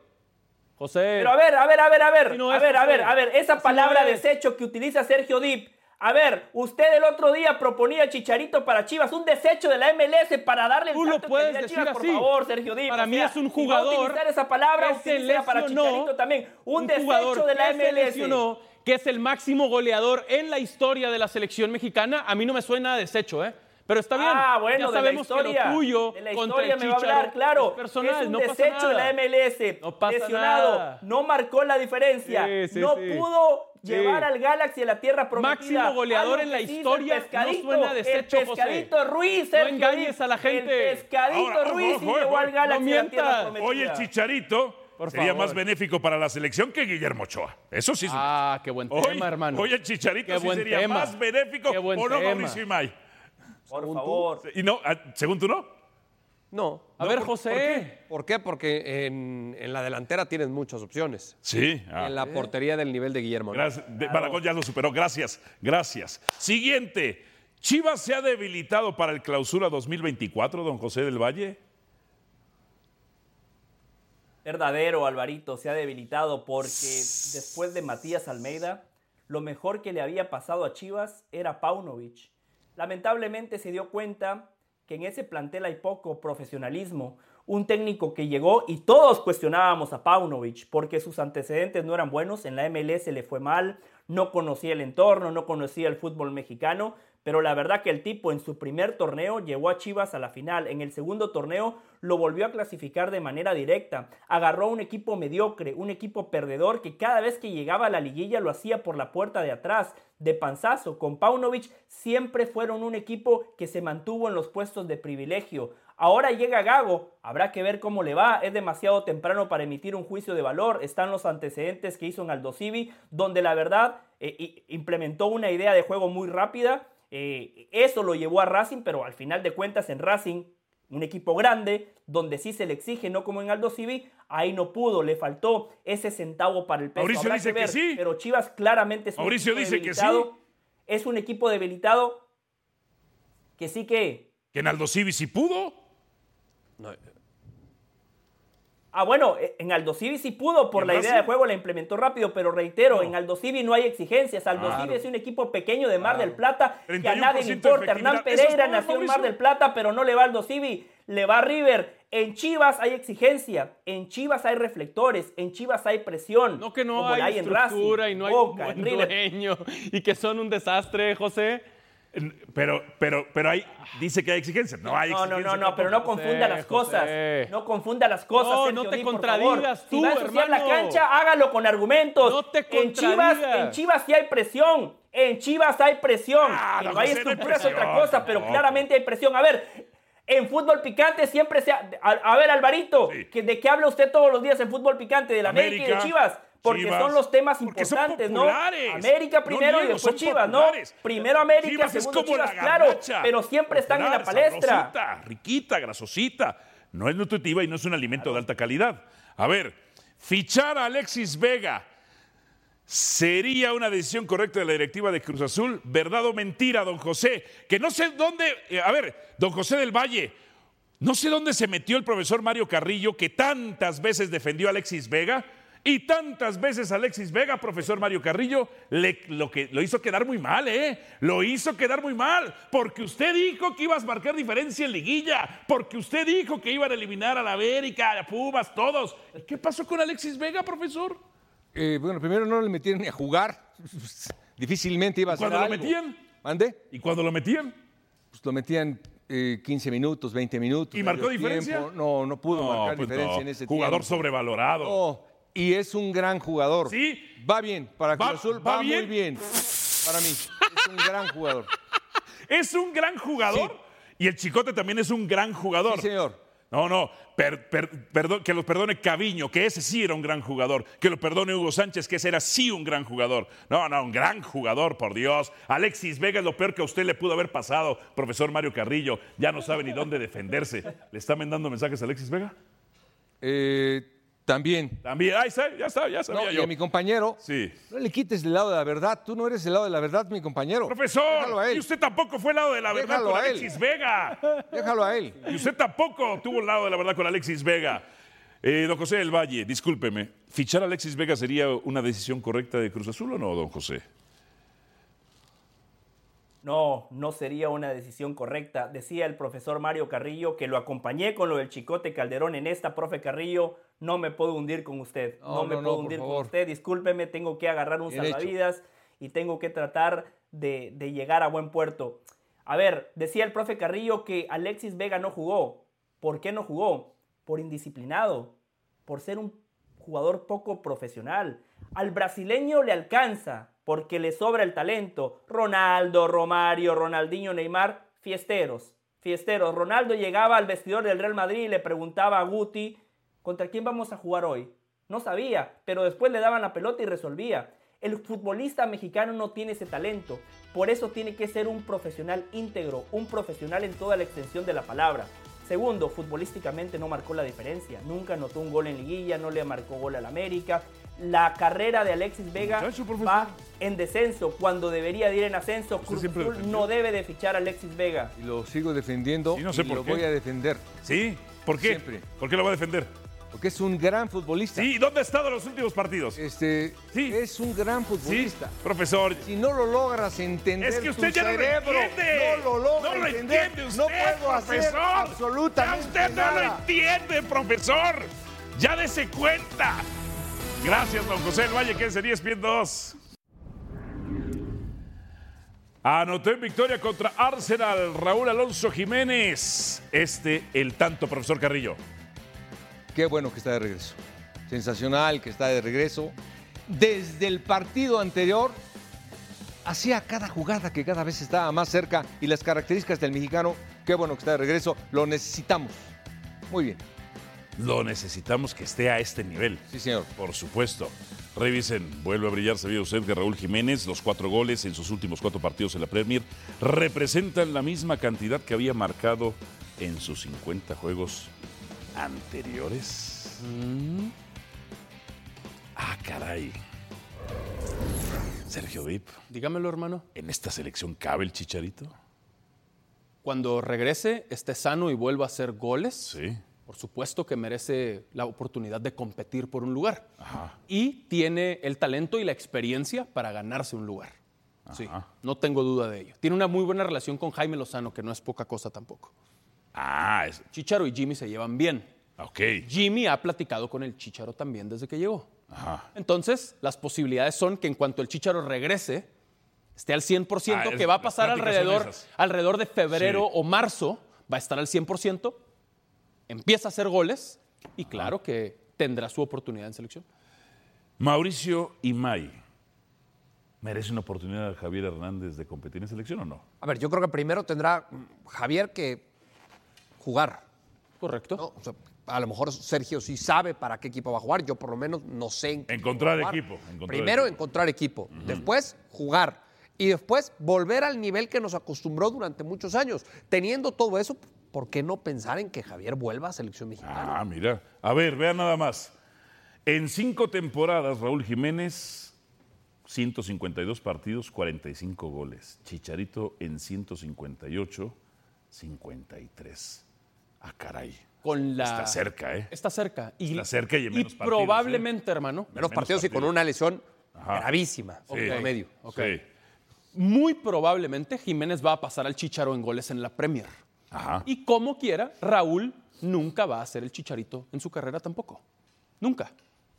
Speaker 4: José.
Speaker 8: Pero a ver, a ver, a ver, a ver,
Speaker 4: Así no
Speaker 8: a
Speaker 4: es,
Speaker 8: ver, a
Speaker 4: José.
Speaker 8: ver, a ver, esa
Speaker 4: Así
Speaker 8: palabra
Speaker 4: no es.
Speaker 8: desecho que utiliza Sergio Dip. A ver, usted el otro día proponía Chicharito para Chivas, un desecho de la MLS para darle el
Speaker 4: Tú lo
Speaker 8: salto que
Speaker 4: puedes
Speaker 8: tenía
Speaker 4: decir
Speaker 8: Chivas, por
Speaker 4: así.
Speaker 8: favor, Sergio Dip.
Speaker 4: Para
Speaker 8: o
Speaker 4: mí
Speaker 8: sea,
Speaker 4: es un
Speaker 8: si va a
Speaker 4: jugador
Speaker 8: utilizar esa palabra,
Speaker 4: que se
Speaker 8: utilícela para
Speaker 4: lesionó,
Speaker 8: Chicharito también. Un, desecho
Speaker 4: jugador
Speaker 8: de la
Speaker 4: que se
Speaker 8: MLS.
Speaker 4: lesionó, que es el máximo goleador en la historia de la selección mexicana. A mí no me suena a desecho, ¿eh? Pero está bien.
Speaker 8: Ah, bueno,
Speaker 4: ya
Speaker 8: de la
Speaker 4: sabemos
Speaker 8: historia.
Speaker 4: que lo tuyo
Speaker 8: de la
Speaker 4: contra
Speaker 8: historia
Speaker 4: el
Speaker 8: me va a
Speaker 4: Chicharo
Speaker 8: hablar, claro.
Speaker 4: es personal,
Speaker 8: es un
Speaker 4: no pasa
Speaker 8: desecho de
Speaker 4: nada.
Speaker 8: la MLS.
Speaker 4: No pasa
Speaker 8: lesionado,
Speaker 4: nada.
Speaker 8: no marcó la diferencia.
Speaker 4: Sí, sí,
Speaker 8: no
Speaker 4: sí.
Speaker 8: pudo
Speaker 4: Sí.
Speaker 8: llevar al Galaxy a la tierra prometida.
Speaker 4: Máximo goleador
Speaker 8: Algo
Speaker 4: en la
Speaker 8: que sí hizo
Speaker 4: historia,
Speaker 8: el
Speaker 4: no
Speaker 8: pescadito,
Speaker 4: suena a desecho,
Speaker 8: El pescadito
Speaker 4: José.
Speaker 8: Ruiz,
Speaker 4: No
Speaker 8: Sergio
Speaker 4: engañes
Speaker 8: Ruiz.
Speaker 4: a la gente.
Speaker 8: El pescadito
Speaker 2: Ahora,
Speaker 8: Ruiz
Speaker 2: ojo,
Speaker 8: sí
Speaker 2: ojo,
Speaker 8: llevó al
Speaker 2: no
Speaker 8: Galaxy a la tierra
Speaker 4: mientas.
Speaker 8: prometida.
Speaker 2: Hoy el Chicharito
Speaker 4: Por
Speaker 2: sería
Speaker 4: favor.
Speaker 2: más benéfico para la selección que Guillermo Ochoa. Eso sí es un
Speaker 4: Ah, qué buen
Speaker 2: hecho. hoy,
Speaker 4: tema, hermano.
Speaker 2: Hoy el Chicharito
Speaker 4: Qué
Speaker 2: sí
Speaker 4: buen
Speaker 2: sería
Speaker 4: tema.
Speaker 2: más benéfico
Speaker 4: Qué buen
Speaker 2: o no
Speaker 4: tema.
Speaker 2: Mauricio Imay.
Speaker 8: Por favor.
Speaker 2: Y no, ah, según tú no.
Speaker 3: No.
Speaker 4: A ver, José.
Speaker 3: ¿Por qué? Porque en, en la delantera tienes muchas opciones.
Speaker 2: Sí. ah.
Speaker 3: En la portería del nivel de Guillermo. ¿no?
Speaker 2: Gracias. De- Baragón ya lo superó. Gracias, gracias. Siguiente. Chivas se ha debilitado para el clausura 2024, don José del Valle.
Speaker 8: Verdadero, Alvarito, se ha debilitado porque después de Matías Almeida, lo mejor que le había pasado a Chivas era Paunovic. Lamentablemente se dio cuenta que en ese plantel hay poco profesionalismo. Un técnico que llegó y todos cuestionábamos a Paunovic porque sus antecedentes no eran buenos, en la MLS le fue mal, no conocía el entorno, no conocía el fútbol mexicano, pero la verdad que el tipo en su primer torneo llevó a Chivas a la final. En el segundo torneo lo volvió a clasificar de manera directa. Agarró un equipo mediocre, un equipo perdedor que cada vez que llegaba a la liguilla lo hacía por la puerta de atrás, de panzazo. Con Paunovic siempre fueron un equipo que se mantuvo en los puestos de privilegio. Ahora llega Gago, habrá que ver cómo le va, es demasiado temprano para emitir un juicio de valor, están los antecedentes que hizo en Aldosivi, donde la verdad eh, i- implementó una idea de juego muy rápida, eh, eso lo llevó a Racing, pero al final de cuentas en Racing, un equipo grande, donde sí se le exige, no como en Aldo Civi, ahí no pudo, le faltó ese centavo para el peso.
Speaker 2: Mauricio
Speaker 8: Habrá
Speaker 2: dice que
Speaker 8: ver,
Speaker 2: sí.
Speaker 8: Pero Chivas claramente es un
Speaker 2: Mauricio
Speaker 8: equipo
Speaker 2: dice que
Speaker 8: debilitado,
Speaker 2: sí.
Speaker 8: Es un equipo debilitado que sí que...
Speaker 2: Que en Aldo Civi sí pudo.
Speaker 3: No,
Speaker 8: Ah, bueno, eh, en Aldosivi sí pudo, por
Speaker 2: ¿Y
Speaker 8: la
Speaker 2: en
Speaker 8: idea
Speaker 2: Brasil?
Speaker 8: de juego la implementó rápido, pero reitero, en Aldosivi no hay exigencias. Aldosivi es un equipo pequeño de Mar del Plata que a nadie
Speaker 2: 31%
Speaker 8: le importa.
Speaker 2: efectividad.
Speaker 8: Hernán
Speaker 2: Eso es
Speaker 8: Pereira
Speaker 2: todo,
Speaker 8: nació en Mar
Speaker 2: Mauricio.
Speaker 8: del Plata, pero no le va a Aldosivi, le va a River. En Chivas hay exigencia, en Chivas hay reflectores, en Chivas hay presión.
Speaker 4: No que no
Speaker 8: como
Speaker 4: hay,
Speaker 8: la en
Speaker 4: estructura
Speaker 8: Racing,
Speaker 4: y no hay
Speaker 8: Boca,
Speaker 4: un
Speaker 8: en
Speaker 4: buen
Speaker 8: River.
Speaker 4: dueño y que son un desastre, José.
Speaker 2: Pero, pero, pero hay, dice que hay exigencia. No hay
Speaker 8: No, no,
Speaker 2: exigencia
Speaker 8: no, no, pero no
Speaker 2: tampoco.
Speaker 8: confunda las cosas.
Speaker 4: José.
Speaker 8: No confunda las cosas.
Speaker 4: No,
Speaker 8: Sergio
Speaker 4: no te
Speaker 8: Díaz, por
Speaker 4: contradigas
Speaker 8: favor.
Speaker 4: tú,
Speaker 8: Si va a ensuciar la
Speaker 4: hermano.
Speaker 8: cancha, hágalo con argumentos.
Speaker 4: No te
Speaker 8: en Chivas,
Speaker 4: contradigas.
Speaker 8: en Chivas sí hay presión. En Chivas hay presión.
Speaker 2: Ah,
Speaker 8: Que
Speaker 2: don
Speaker 8: no hay
Speaker 2: José, no hay
Speaker 8: estructura es otra
Speaker 2: presión,
Speaker 8: cosa, pero
Speaker 2: tampoco.
Speaker 8: claramente hay presión. A ver, en fútbol picante siempre se. ha- A, a ver, Alvarito,
Speaker 2: Sí.
Speaker 8: que- ¿de qué habla usted todos los días en fútbol picante? ¿De la América, y de
Speaker 2: América,
Speaker 8: Chivas? Porque
Speaker 2: Chivas.
Speaker 8: son los temas
Speaker 2: Porque son
Speaker 8: importantes, ¿no?
Speaker 2: populares.
Speaker 8: América
Speaker 2: No
Speaker 8: primero y
Speaker 2: niego,
Speaker 8: después
Speaker 2: son
Speaker 8: Chivas,
Speaker 2: populares.
Speaker 8: ¿no? Primero América,
Speaker 2: Chivas es
Speaker 8: segundo
Speaker 2: como
Speaker 8: Chivas,
Speaker 2: la
Speaker 8: claro,
Speaker 2: garnacha.
Speaker 8: pero siempre están en la
Speaker 2: Popular,
Speaker 8: palestra.
Speaker 2: sabrosita, riquita, grasosita. No es nutritiva y no es un alimento de alta calidad. A ver, fichar a Alexis Vega. ¿Sería una decisión correcta de la directiva de Cruz Azul? ¿Verdad o mentira, don José? Que no sé dónde... eh, a ver, don José del Valle, no sé dónde se metió el profesor Mario Carrillo que tantas veces defendió a Alexis Vega y tantas veces Alexis Vega, profesor Mario Carrillo, le- lo, que, lo hizo quedar muy mal, ¿eh? Lo hizo quedar muy mal, porque usted dijo que ibas a marcar diferencia en liguilla, porque usted dijo que iban a eliminar a la América, a Pumas, todos. ¿Y ¿Qué pasó con Alexis Vega, profesor?
Speaker 5: Eh, bueno, primero no le metieron ni a jugar. Difícilmente iba a hacer
Speaker 2: ¿Cuándo lo
Speaker 5: algo.
Speaker 2: metían?
Speaker 5: ¿Mandé?
Speaker 2: ¿Y cuando lo metían?
Speaker 5: Pues lo metían eh, 15 minutos, 20 minutos.
Speaker 2: ¿Y marcó
Speaker 5: medio
Speaker 2: diferencia?
Speaker 5: tiempo. No, no pudo marcar
Speaker 2: pues
Speaker 5: diferencia
Speaker 2: no.
Speaker 5: en ese
Speaker 2: Jugador
Speaker 5: tiempo.
Speaker 2: sobrevalorado.
Speaker 5: No, y es un gran jugador.
Speaker 2: Sí.
Speaker 5: Va bien, para Cruz
Speaker 2: Va-
Speaker 5: Azul
Speaker 2: va
Speaker 5: va,
Speaker 2: bien.
Speaker 5: muy bien. Para mí, es un gran jugador.
Speaker 2: Es un gran jugador y el Chicote también es un gran jugador.
Speaker 5: Sí, señor.
Speaker 2: No, no, per- per- perdón, que los perdone Caviño, que ese sí era un gran jugador. Que lo perdone Hugo Sánchez, que ese era sí un gran jugador. No, no, un gran jugador, por Dios. Alexis Vega es lo peor que a usted le pudo haber pasado, profesor Mario Carrillo. Ya no sabe ni dónde defenderse. ¿Le está mandando mensajes a Alexis Vega?
Speaker 5: Eh, también.
Speaker 2: También, ahí está, ya está, ya sabía
Speaker 5: No, y
Speaker 2: yo.
Speaker 5: a mi compañero,
Speaker 2: Sí.
Speaker 5: no le quites el lado de la verdad. Tú no eres el lado de la verdad, mi compañero. Déjalo a
Speaker 2: Profesor,
Speaker 5: él.
Speaker 2: y usted tampoco fue al lado de la verdad
Speaker 5: Déjalo
Speaker 2: con
Speaker 5: a él.
Speaker 2: Alexis Vega.
Speaker 5: Déjalo a él.
Speaker 2: Y usted tampoco tuvo un lado de la verdad con Alexis Vega. Eh, don José del Valle, discúlpeme, ¿fichar a Alexis Vega sería una decisión correcta de Cruz Azul o no, don José?
Speaker 8: No, no sería una decisión correcta. Decía el profesor Mario Carrillo que lo acompañé con lo del Chicote Calderón en esta, profe Carrillo. No me puedo hundir con usted. No,
Speaker 5: No,
Speaker 8: me
Speaker 5: no, no,
Speaker 8: puedo
Speaker 5: por
Speaker 8: hundir con
Speaker 5: favor.
Speaker 8: usted. Discúlpeme, tengo que agarrar un
Speaker 5: Bien hecho.
Speaker 8: salvavidas y tengo que tratar de, de llegar a buen puerto. A ver, decía el profe Carrillo que Alexis Vega no jugó. ¿Por qué no jugó? Por indisciplinado, por ser un jugador poco profesional. Al brasileño le alcanza porque le sobra el talento. Ronaldo, Romario, Ronaldinho, Neymar, fiesteros, fiesteros. Ronaldo llegaba al vestidor del Real Madrid y le preguntaba a Guti, ¿contra quién vamos a jugar hoy? No sabía, pero después le daban la pelota y resolvía. El futbolista mexicano no tiene ese talento, por eso tiene que ser un profesional íntegro, un profesional en toda la extensión de la palabra. Segundo, futbolísticamente no marcó la diferencia. Nunca anotó un gol en liguilla, no le marcó gol al América. La carrera de Alexis Vega
Speaker 2: Muchacho, profesor.
Speaker 8: va en descenso cuando debería de ir en ascenso. Cruz
Speaker 2: siempre
Speaker 8: Azul
Speaker 2: defendió.
Speaker 8: no debe de fichar a Alexis Vega.
Speaker 5: Y lo sigo defendiendo
Speaker 2: Sí, no sé
Speaker 5: y
Speaker 2: por
Speaker 5: lo
Speaker 2: qué.
Speaker 5: voy a defender.
Speaker 2: ¿Sí? ¿Por qué?
Speaker 5: Siempre.
Speaker 2: ¿Por qué lo va a defender?
Speaker 5: Porque es un gran futbolista.
Speaker 2: Sí, ¿y ¿dónde ha estado en los últimos partidos?
Speaker 5: Este,
Speaker 2: Sí.
Speaker 5: Es un gran
Speaker 2: Sí,
Speaker 5: futbolista.
Speaker 2: profesor.
Speaker 5: Si no lo logras entender,
Speaker 2: Es que usted
Speaker 5: tu
Speaker 2: ya no lo
Speaker 5: cerebro
Speaker 2: entiende.
Speaker 5: no lo logra
Speaker 2: No lo
Speaker 5: entender.
Speaker 2: entiende usted,
Speaker 5: no puedo hacer
Speaker 2: profesor.
Speaker 5: absolutamente
Speaker 2: Ya usted no lo
Speaker 5: nada.
Speaker 2: entiende, profesor. Ya dese cuenta. Gracias, don José del Valle, que sería ESPN 2. Anotó en victoria contra Arsenal Raúl Alonso Jiménez. Este, el tanto, profesor Carrillo.
Speaker 5: Qué bueno que está de regreso. Sensacional que está de regreso. Desde el partido anterior, hacía cada jugada que cada vez estaba más cerca y las características del mexicano, qué bueno que está de regreso. Lo necesitamos. Muy bien.
Speaker 2: Lo necesitamos que esté a este nivel.
Speaker 5: Sí, señor.
Speaker 2: Por supuesto. Revisen, vuelve a brillar, sabía usted que Raúl Jiménez, los cuatro goles en sus últimos cuatro partidos en la Premier, representan la misma cantidad que había marcado en sus 50 juegos anteriores. Ah, caray. Sergio Vip,
Speaker 4: Dígamelo, hermano.
Speaker 2: ¿en esta selección cabe el chicharito?
Speaker 4: Cuando regrese, esté sano y vuelva a hacer goles,
Speaker 2: Sí.
Speaker 4: por supuesto que merece la oportunidad de competir por un lugar. Y tiene el talento y la experiencia para ganarse un lugar. Sí, no tengo duda de ello. Tiene una muy buena relación con Jaime Lozano, que no es poca cosa tampoco.
Speaker 2: Ah, es-
Speaker 4: Chicharo y Jimmy se llevan bien.
Speaker 2: ok.
Speaker 4: Jimmy ha platicado con el Chicharo también desde que llegó. Entonces, las posibilidades son que en cuanto el Chicharo regrese, esté al 100%,
Speaker 2: Ah, es-
Speaker 4: que va a
Speaker 2: las
Speaker 4: pasar
Speaker 2: pláticas son
Speaker 4: alrededor,
Speaker 2: esas.
Speaker 4: alrededor de febrero
Speaker 2: Sí.
Speaker 4: o marzo, va a estar al 100%, empieza a hacer goles y claro que tendrá su oportunidad en selección.
Speaker 2: Mauricio Imay. ¿Merece una oportunidad Javier Hernández de competir en selección o no?
Speaker 3: A ver, yo creo que primero tendrá mm, Javier que jugar.
Speaker 4: Correcto.
Speaker 3: ¿no? O sea, a lo mejor Sergio sí sabe para qué equipo va a jugar, yo por lo menos no sé. en qué
Speaker 2: Encontrar
Speaker 3: va a jugar.
Speaker 2: equipo, encontrar
Speaker 3: Primero
Speaker 2: equipo.
Speaker 3: encontrar equipo, después jugar y después volver al nivel que nos acostumbró durante muchos años. Teniendo todo eso, ¿por qué no pensar en que Javier vuelva a selección mexicana?
Speaker 2: Ah, mira. A ver, vean nada más. En cinco temporadas, Raúl Jiménez, 152 partidos, 45 goles. Chicharito en 158, 53. Ah, caray.
Speaker 4: Con la-
Speaker 2: Está cerca, ¿eh?
Speaker 4: Está cerca. Y,
Speaker 2: Está cerca y en menos partidos, ¿eh?
Speaker 4: probablemente, hermano,
Speaker 3: menos, partidos, y con
Speaker 2: partidos.
Speaker 3: una lesión
Speaker 2: Ajá.
Speaker 3: gravísima,
Speaker 2: Sí.
Speaker 3: en promedio.
Speaker 2: Ok.
Speaker 4: muy probablemente Jiménez va a pasar al Chicharo en goles en la Premier.
Speaker 2: Ajá.
Speaker 4: Y como quiera, Raúl nunca va a ser el Chicharito en su carrera tampoco. Nunca.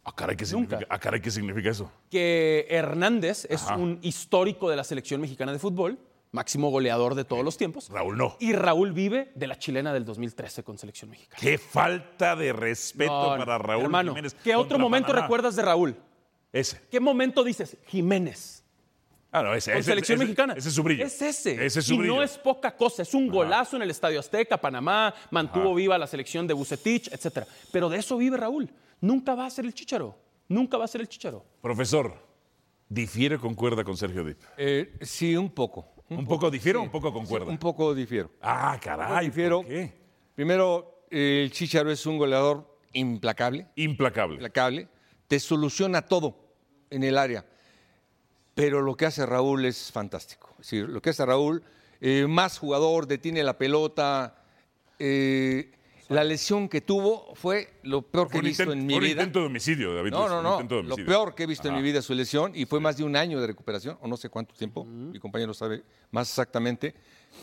Speaker 2: Ah, caray, ¿qué
Speaker 4: Nunca.
Speaker 2: significa, ah, caray, ¿qué significa eso?
Speaker 4: Que Hernández es un histórico de la selección mexicana de fútbol, máximo goleador de todos los tiempos.
Speaker 2: Raúl no.
Speaker 4: Y Raúl vive de la chilena del 2013 con selección mexicana.
Speaker 2: Qué falta de respeto
Speaker 4: No,
Speaker 2: para
Speaker 4: no.
Speaker 2: Raúl
Speaker 4: Hermano,
Speaker 2: Jiménez.
Speaker 4: ¿qué otro
Speaker 2: contra
Speaker 4: momento
Speaker 2: Panamá.
Speaker 4: recuerdas de Raúl?
Speaker 2: Ese.
Speaker 4: ¿Qué momento dices Jiménez?
Speaker 2: Ah, no, ese.
Speaker 4: con
Speaker 2: ese-
Speaker 4: selección
Speaker 2: ese-
Speaker 4: mexicana.
Speaker 2: Ese es su brillo.
Speaker 4: Es ese.
Speaker 2: Ese es su
Speaker 4: y
Speaker 2: brillo.
Speaker 4: no es poca cosa. Es un golazo en el Estadio Azteca, Panamá, mantuvo viva la selección de Bucetich, etcétera. Pero de eso vive Raúl. Nunca va a ser el chicharo. Nunca va a ser el chicharo.
Speaker 2: Profesor, difiere o concuerda con Sergio Dip.
Speaker 5: Eh, sí, un poco.
Speaker 2: ¿Un, poco difiere o un poco concuerda?
Speaker 5: Un poco difiero.
Speaker 2: Ah, caray.
Speaker 5: difiero.
Speaker 2: ¿por qué?
Speaker 5: Primero, eh, el Chicharo es un goleador implacable,
Speaker 2: Implacable.
Speaker 5: implacable. Te soluciona todo en el área. Pero lo que hace Raúl es fantástico. Es decir, lo que hace Raúl, eh, más jugador, detiene la pelota. eh, la lesión que tuvo fue lo peor que
Speaker 2: Fue
Speaker 5: he
Speaker 2: un,
Speaker 5: visto
Speaker 2: intent-
Speaker 5: en mi
Speaker 2: fue un
Speaker 5: vida.
Speaker 2: intento de homicidio, David.
Speaker 5: No,
Speaker 2: Luis,
Speaker 5: no,
Speaker 2: un
Speaker 5: no.
Speaker 2: intento de
Speaker 5: Lo
Speaker 2: homicidio.
Speaker 5: peor que he visto en
Speaker 2: Ajá.
Speaker 5: mi vida es su lesión y fue más de un año de recuperación, o no sé cuánto tiempo, mi compañero sabe más exactamente.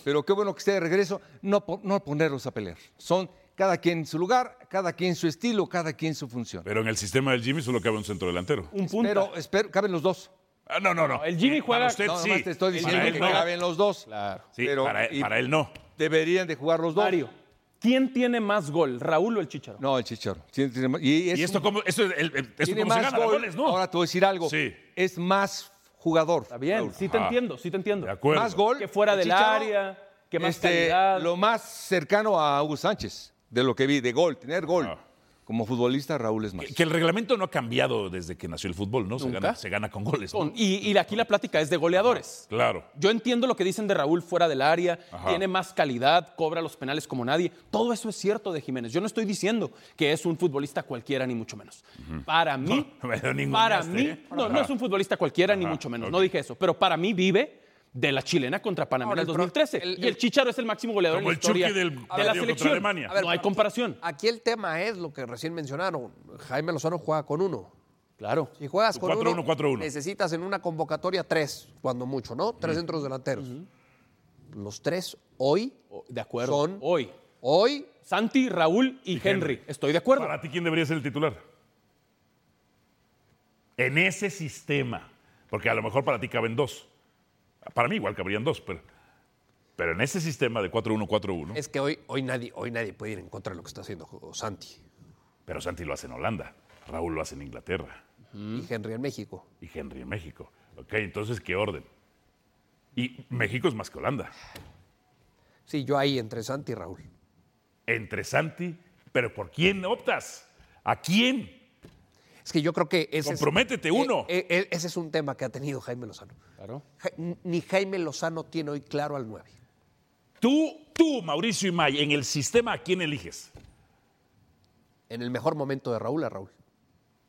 Speaker 5: Pero qué bueno que esté de regreso, no, po- no ponerlos a pelear. Son cada quien en su lugar, cada quien su estilo, cada quien su función.
Speaker 2: Pero en el sistema del Jimmy solo cabe un centro delantero.
Speaker 4: Un punto.
Speaker 5: Pero espero, caben los dos.
Speaker 2: Ah, no, no, no.
Speaker 4: El Jimmy
Speaker 2: Eh,
Speaker 4: juega-
Speaker 2: Para usted
Speaker 5: No,
Speaker 2: sí.
Speaker 5: nomás te estoy
Speaker 2: Para
Speaker 5: diciendo
Speaker 2: él
Speaker 5: que
Speaker 2: no.
Speaker 5: caben los dos.
Speaker 4: Claro.
Speaker 2: Sí,
Speaker 5: Pero-
Speaker 2: para, él-
Speaker 5: y
Speaker 2: para él no.
Speaker 5: Deberían de jugar los dos.
Speaker 4: Mario, ¿quién tiene más gol, Raúl o el chicharo?
Speaker 5: No, el Chicharo. Tiene- tiene más- Y, es
Speaker 2: ¿Y esto
Speaker 5: un-
Speaker 2: cómo, esto, es el- el- esto
Speaker 5: tiene
Speaker 2: cómo se
Speaker 5: más
Speaker 2: gana?
Speaker 5: gol.
Speaker 2: Goles, ¿no?
Speaker 5: Ahora te voy a decir algo.
Speaker 2: Sí.
Speaker 5: Es más jugador.
Speaker 4: Está bien, sí te
Speaker 2: Ajá.
Speaker 4: entiendo, sí te entiendo.
Speaker 2: De acuerdo.
Speaker 5: Más gol.
Speaker 4: Que fuera
Speaker 5: Ah, el
Speaker 4: del
Speaker 5: Chicharo,
Speaker 4: área, que más
Speaker 5: este,
Speaker 4: calidad.
Speaker 5: Lo más cercano a Hugo Sánchez, de lo que vi, de gol, tener gol.
Speaker 2: Ah.
Speaker 5: Como futbolista, Raúl es más.
Speaker 2: Que, que el reglamento no ha cambiado desde que nació el fútbol, ¿no? Se,
Speaker 4: Pues. Nunca.
Speaker 2: gana, se gana con goles. ¿no?
Speaker 4: Con- Y, y aquí la plática es de goleadores.
Speaker 2: Claro.
Speaker 4: Yo entiendo lo que dicen de Raúl fuera del área,
Speaker 2: Ajá.
Speaker 4: tiene más calidad, cobra los penales como nadie. Todo eso es cierto de Jiménez. Yo no estoy diciendo que es un futbolista cualquiera, ni mucho menos. Para mí,
Speaker 2: No, me lo ninguneaste,
Speaker 4: para mí,
Speaker 2: ¿eh?
Speaker 4: no,
Speaker 2: Ajá.
Speaker 4: no es un futbolista cualquiera, ni mucho menos. No
Speaker 2: ok.
Speaker 4: dije eso, pero para mí vive de la chilena contra Panamá en
Speaker 3: Ahora,
Speaker 4: el
Speaker 3: el pro-
Speaker 4: 2013.
Speaker 3: el-
Speaker 4: y el
Speaker 3: el-
Speaker 4: Chicharo es el máximo goleador
Speaker 2: Como
Speaker 4: en la
Speaker 2: el Chucky
Speaker 4: historia
Speaker 2: del
Speaker 4: de
Speaker 2: partido
Speaker 4: la
Speaker 2: contra
Speaker 4: selección.
Speaker 2: Alemania.
Speaker 4: no hay comparación.
Speaker 3: Aquí el tema es lo que recién mencionaron. Jaime Lozano juega con uno.
Speaker 4: Claro.
Speaker 3: Si juegas
Speaker 2: Tu
Speaker 3: con
Speaker 2: 4-1,
Speaker 3: uno,
Speaker 2: 4-1.
Speaker 3: necesitas en una convocatoria tres, cuando mucho, ¿no? Tres centros delanteros. Los tres hoy,
Speaker 4: O- De acuerdo.
Speaker 3: Son-
Speaker 4: Hoy.
Speaker 3: hoy,
Speaker 4: Santi, Raúl y, Henry. Estoy de acuerdo.
Speaker 2: Para ti, ¿quién debería ser el titular? En ese sistema. Porque a lo mejor para ti caben dos. Para mí igual cabrían dos, pero, pero en ese sistema de 4-1-4-1.
Speaker 3: es que hoy, hoy, nadie, hoy nadie puede ir en contra de lo que está haciendo Santi
Speaker 2: Pero Santi lo hace en Holanda, Raúl lo hace en Inglaterra
Speaker 3: y Henry en México.
Speaker 2: y Henry en México. Ok, entonces, ¿qué orden? Y México es más que Holanda.
Speaker 3: Sí, yo ahí entre Santi y Raúl.
Speaker 2: Entre Santi, pero ¿por quién optas? ¿A quién?
Speaker 3: Es que yo creo que ese
Speaker 2: Comprométete,
Speaker 3: es,
Speaker 2: uno.
Speaker 3: Eh, eh, ese es un tema que ha tenido Jaime Lozano.
Speaker 4: Claro.
Speaker 3: Ja- ni Jaime Lozano tiene hoy claro al 9.
Speaker 2: Tú, tú, Mauricio Imay, en el sistema, ¿a quién eliges?
Speaker 3: En el mejor momento de Raúl, a Raúl.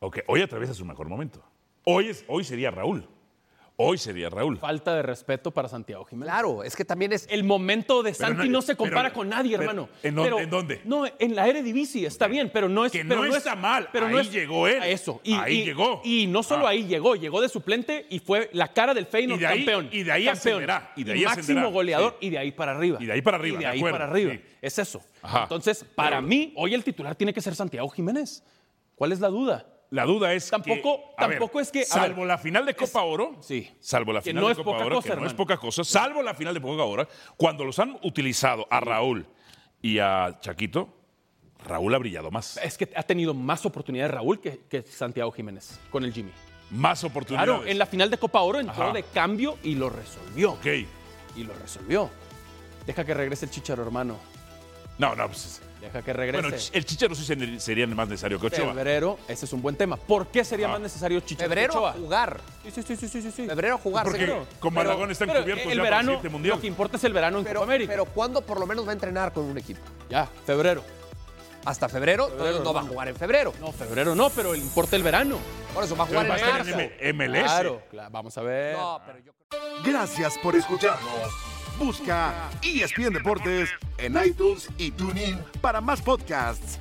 Speaker 2: Ok, hoy atraviesa su mejor momento. Hoy, es, hoy sería Raúl. Hoy sería Raúl.
Speaker 4: Falta de respeto para Santiago Jiménez.
Speaker 3: Claro, es que también es.
Speaker 4: El momento de
Speaker 2: Pero
Speaker 4: Santi
Speaker 2: no-
Speaker 4: no, se compara
Speaker 2: pero-
Speaker 4: con nadie,
Speaker 2: pero-
Speaker 4: hermano.
Speaker 2: ¿en dónde- en dónde?
Speaker 4: No, en la Eredivisie, está bien, pero no es...
Speaker 2: Que
Speaker 4: pero
Speaker 2: no está mal, ahí llegó él.
Speaker 4: a Eso.
Speaker 2: Ahí llegó.
Speaker 4: Y no solo
Speaker 2: Ah.
Speaker 4: ahí llegó, llegó de suplente y fue la cara del Feyenoord
Speaker 2: Y de ahí-
Speaker 4: campeón.
Speaker 2: y de ahí
Speaker 4: campeón,
Speaker 2: ascenderá, y de ahí
Speaker 4: máximo
Speaker 2: ascenderá,
Speaker 4: goleador
Speaker 2: sí.
Speaker 4: y de ahí para arriba.
Speaker 2: Y de ahí para arriba,
Speaker 4: Y de
Speaker 2: de
Speaker 4: ahí
Speaker 2: acuerdo,
Speaker 4: para arriba.
Speaker 2: sí.
Speaker 4: Es eso.
Speaker 2: Ajá.
Speaker 4: Entonces, para
Speaker 2: Pero-
Speaker 4: mí, hoy el titular tiene que ser Santiago Jiménez. ¿Cuál es la duda?
Speaker 2: La duda es
Speaker 4: Tampoco-
Speaker 2: que, a ver,
Speaker 4: tampoco es que- a
Speaker 2: salvo
Speaker 4: ver,
Speaker 2: la final de Copa Oro,
Speaker 4: sí.
Speaker 2: salvo la
Speaker 4: Que
Speaker 2: final
Speaker 4: no
Speaker 2: de
Speaker 4: es
Speaker 2: Copa
Speaker 4: poca
Speaker 2: Oro,
Speaker 4: cosa,
Speaker 2: que no es
Speaker 4: hermano.
Speaker 2: poca cosa, salvo la final de Copa Oro, cuando los han utilizado a Raúl y a Chaquito, Raúl ha brillado más,
Speaker 4: Es que ha tenido más oportunidades Raúl que, que Santiago Jiménez con el Jimmy.
Speaker 2: más oportunidades.
Speaker 4: Claro, en la final de Copa Oro entró
Speaker 2: Ajá.
Speaker 4: de cambio y lo resolvió.
Speaker 2: Ok.
Speaker 4: Y lo resolvió. Deja que regrese el chicharo, hermano.
Speaker 2: No, no, pues,
Speaker 4: Deja que regrese.
Speaker 2: bueno, ch- el Chicharo sí se- sería más necesario que Ochoa.
Speaker 4: Febrero, ese es un buen tema. ¿Por qué sería
Speaker 2: Ah.
Speaker 4: más necesario Chicharo que
Speaker 3: Febrero a
Speaker 4: Ochoa?
Speaker 3: jugar.
Speaker 4: Sí, sí, sí, sí, sí, sí, sí.
Speaker 3: Febrero a jugar,
Speaker 2: Porque
Speaker 3: seguro.
Speaker 2: con
Speaker 4: Pero-
Speaker 2: Malagón están
Speaker 4: pero
Speaker 2: cubiertos
Speaker 4: el
Speaker 2: ya para el
Speaker 4: verano,
Speaker 2: siguiente mundial.
Speaker 4: Lo que importa es el verano en
Speaker 3: Pero,
Speaker 4: Copa América.
Speaker 3: pero ¿cuándo por lo menos va a entrenar con un equipo?
Speaker 4: ya, febrero.
Speaker 3: Hasta febrero, entonces no va a
Speaker 4: hermano.
Speaker 3: jugar en febrero.
Speaker 4: No, febrero no, pero importa el verano.
Speaker 3: Por eso va a jugar
Speaker 2: va a
Speaker 3: en
Speaker 2: estar en
Speaker 3: marzo.
Speaker 2: M- MLS.
Speaker 4: Claro, claro, vamos a ver.
Speaker 3: No, pero yo
Speaker 1: Gracias por escucharnos. E Busca ESPN Deportes en iTunes y TuneIn para más podcasts.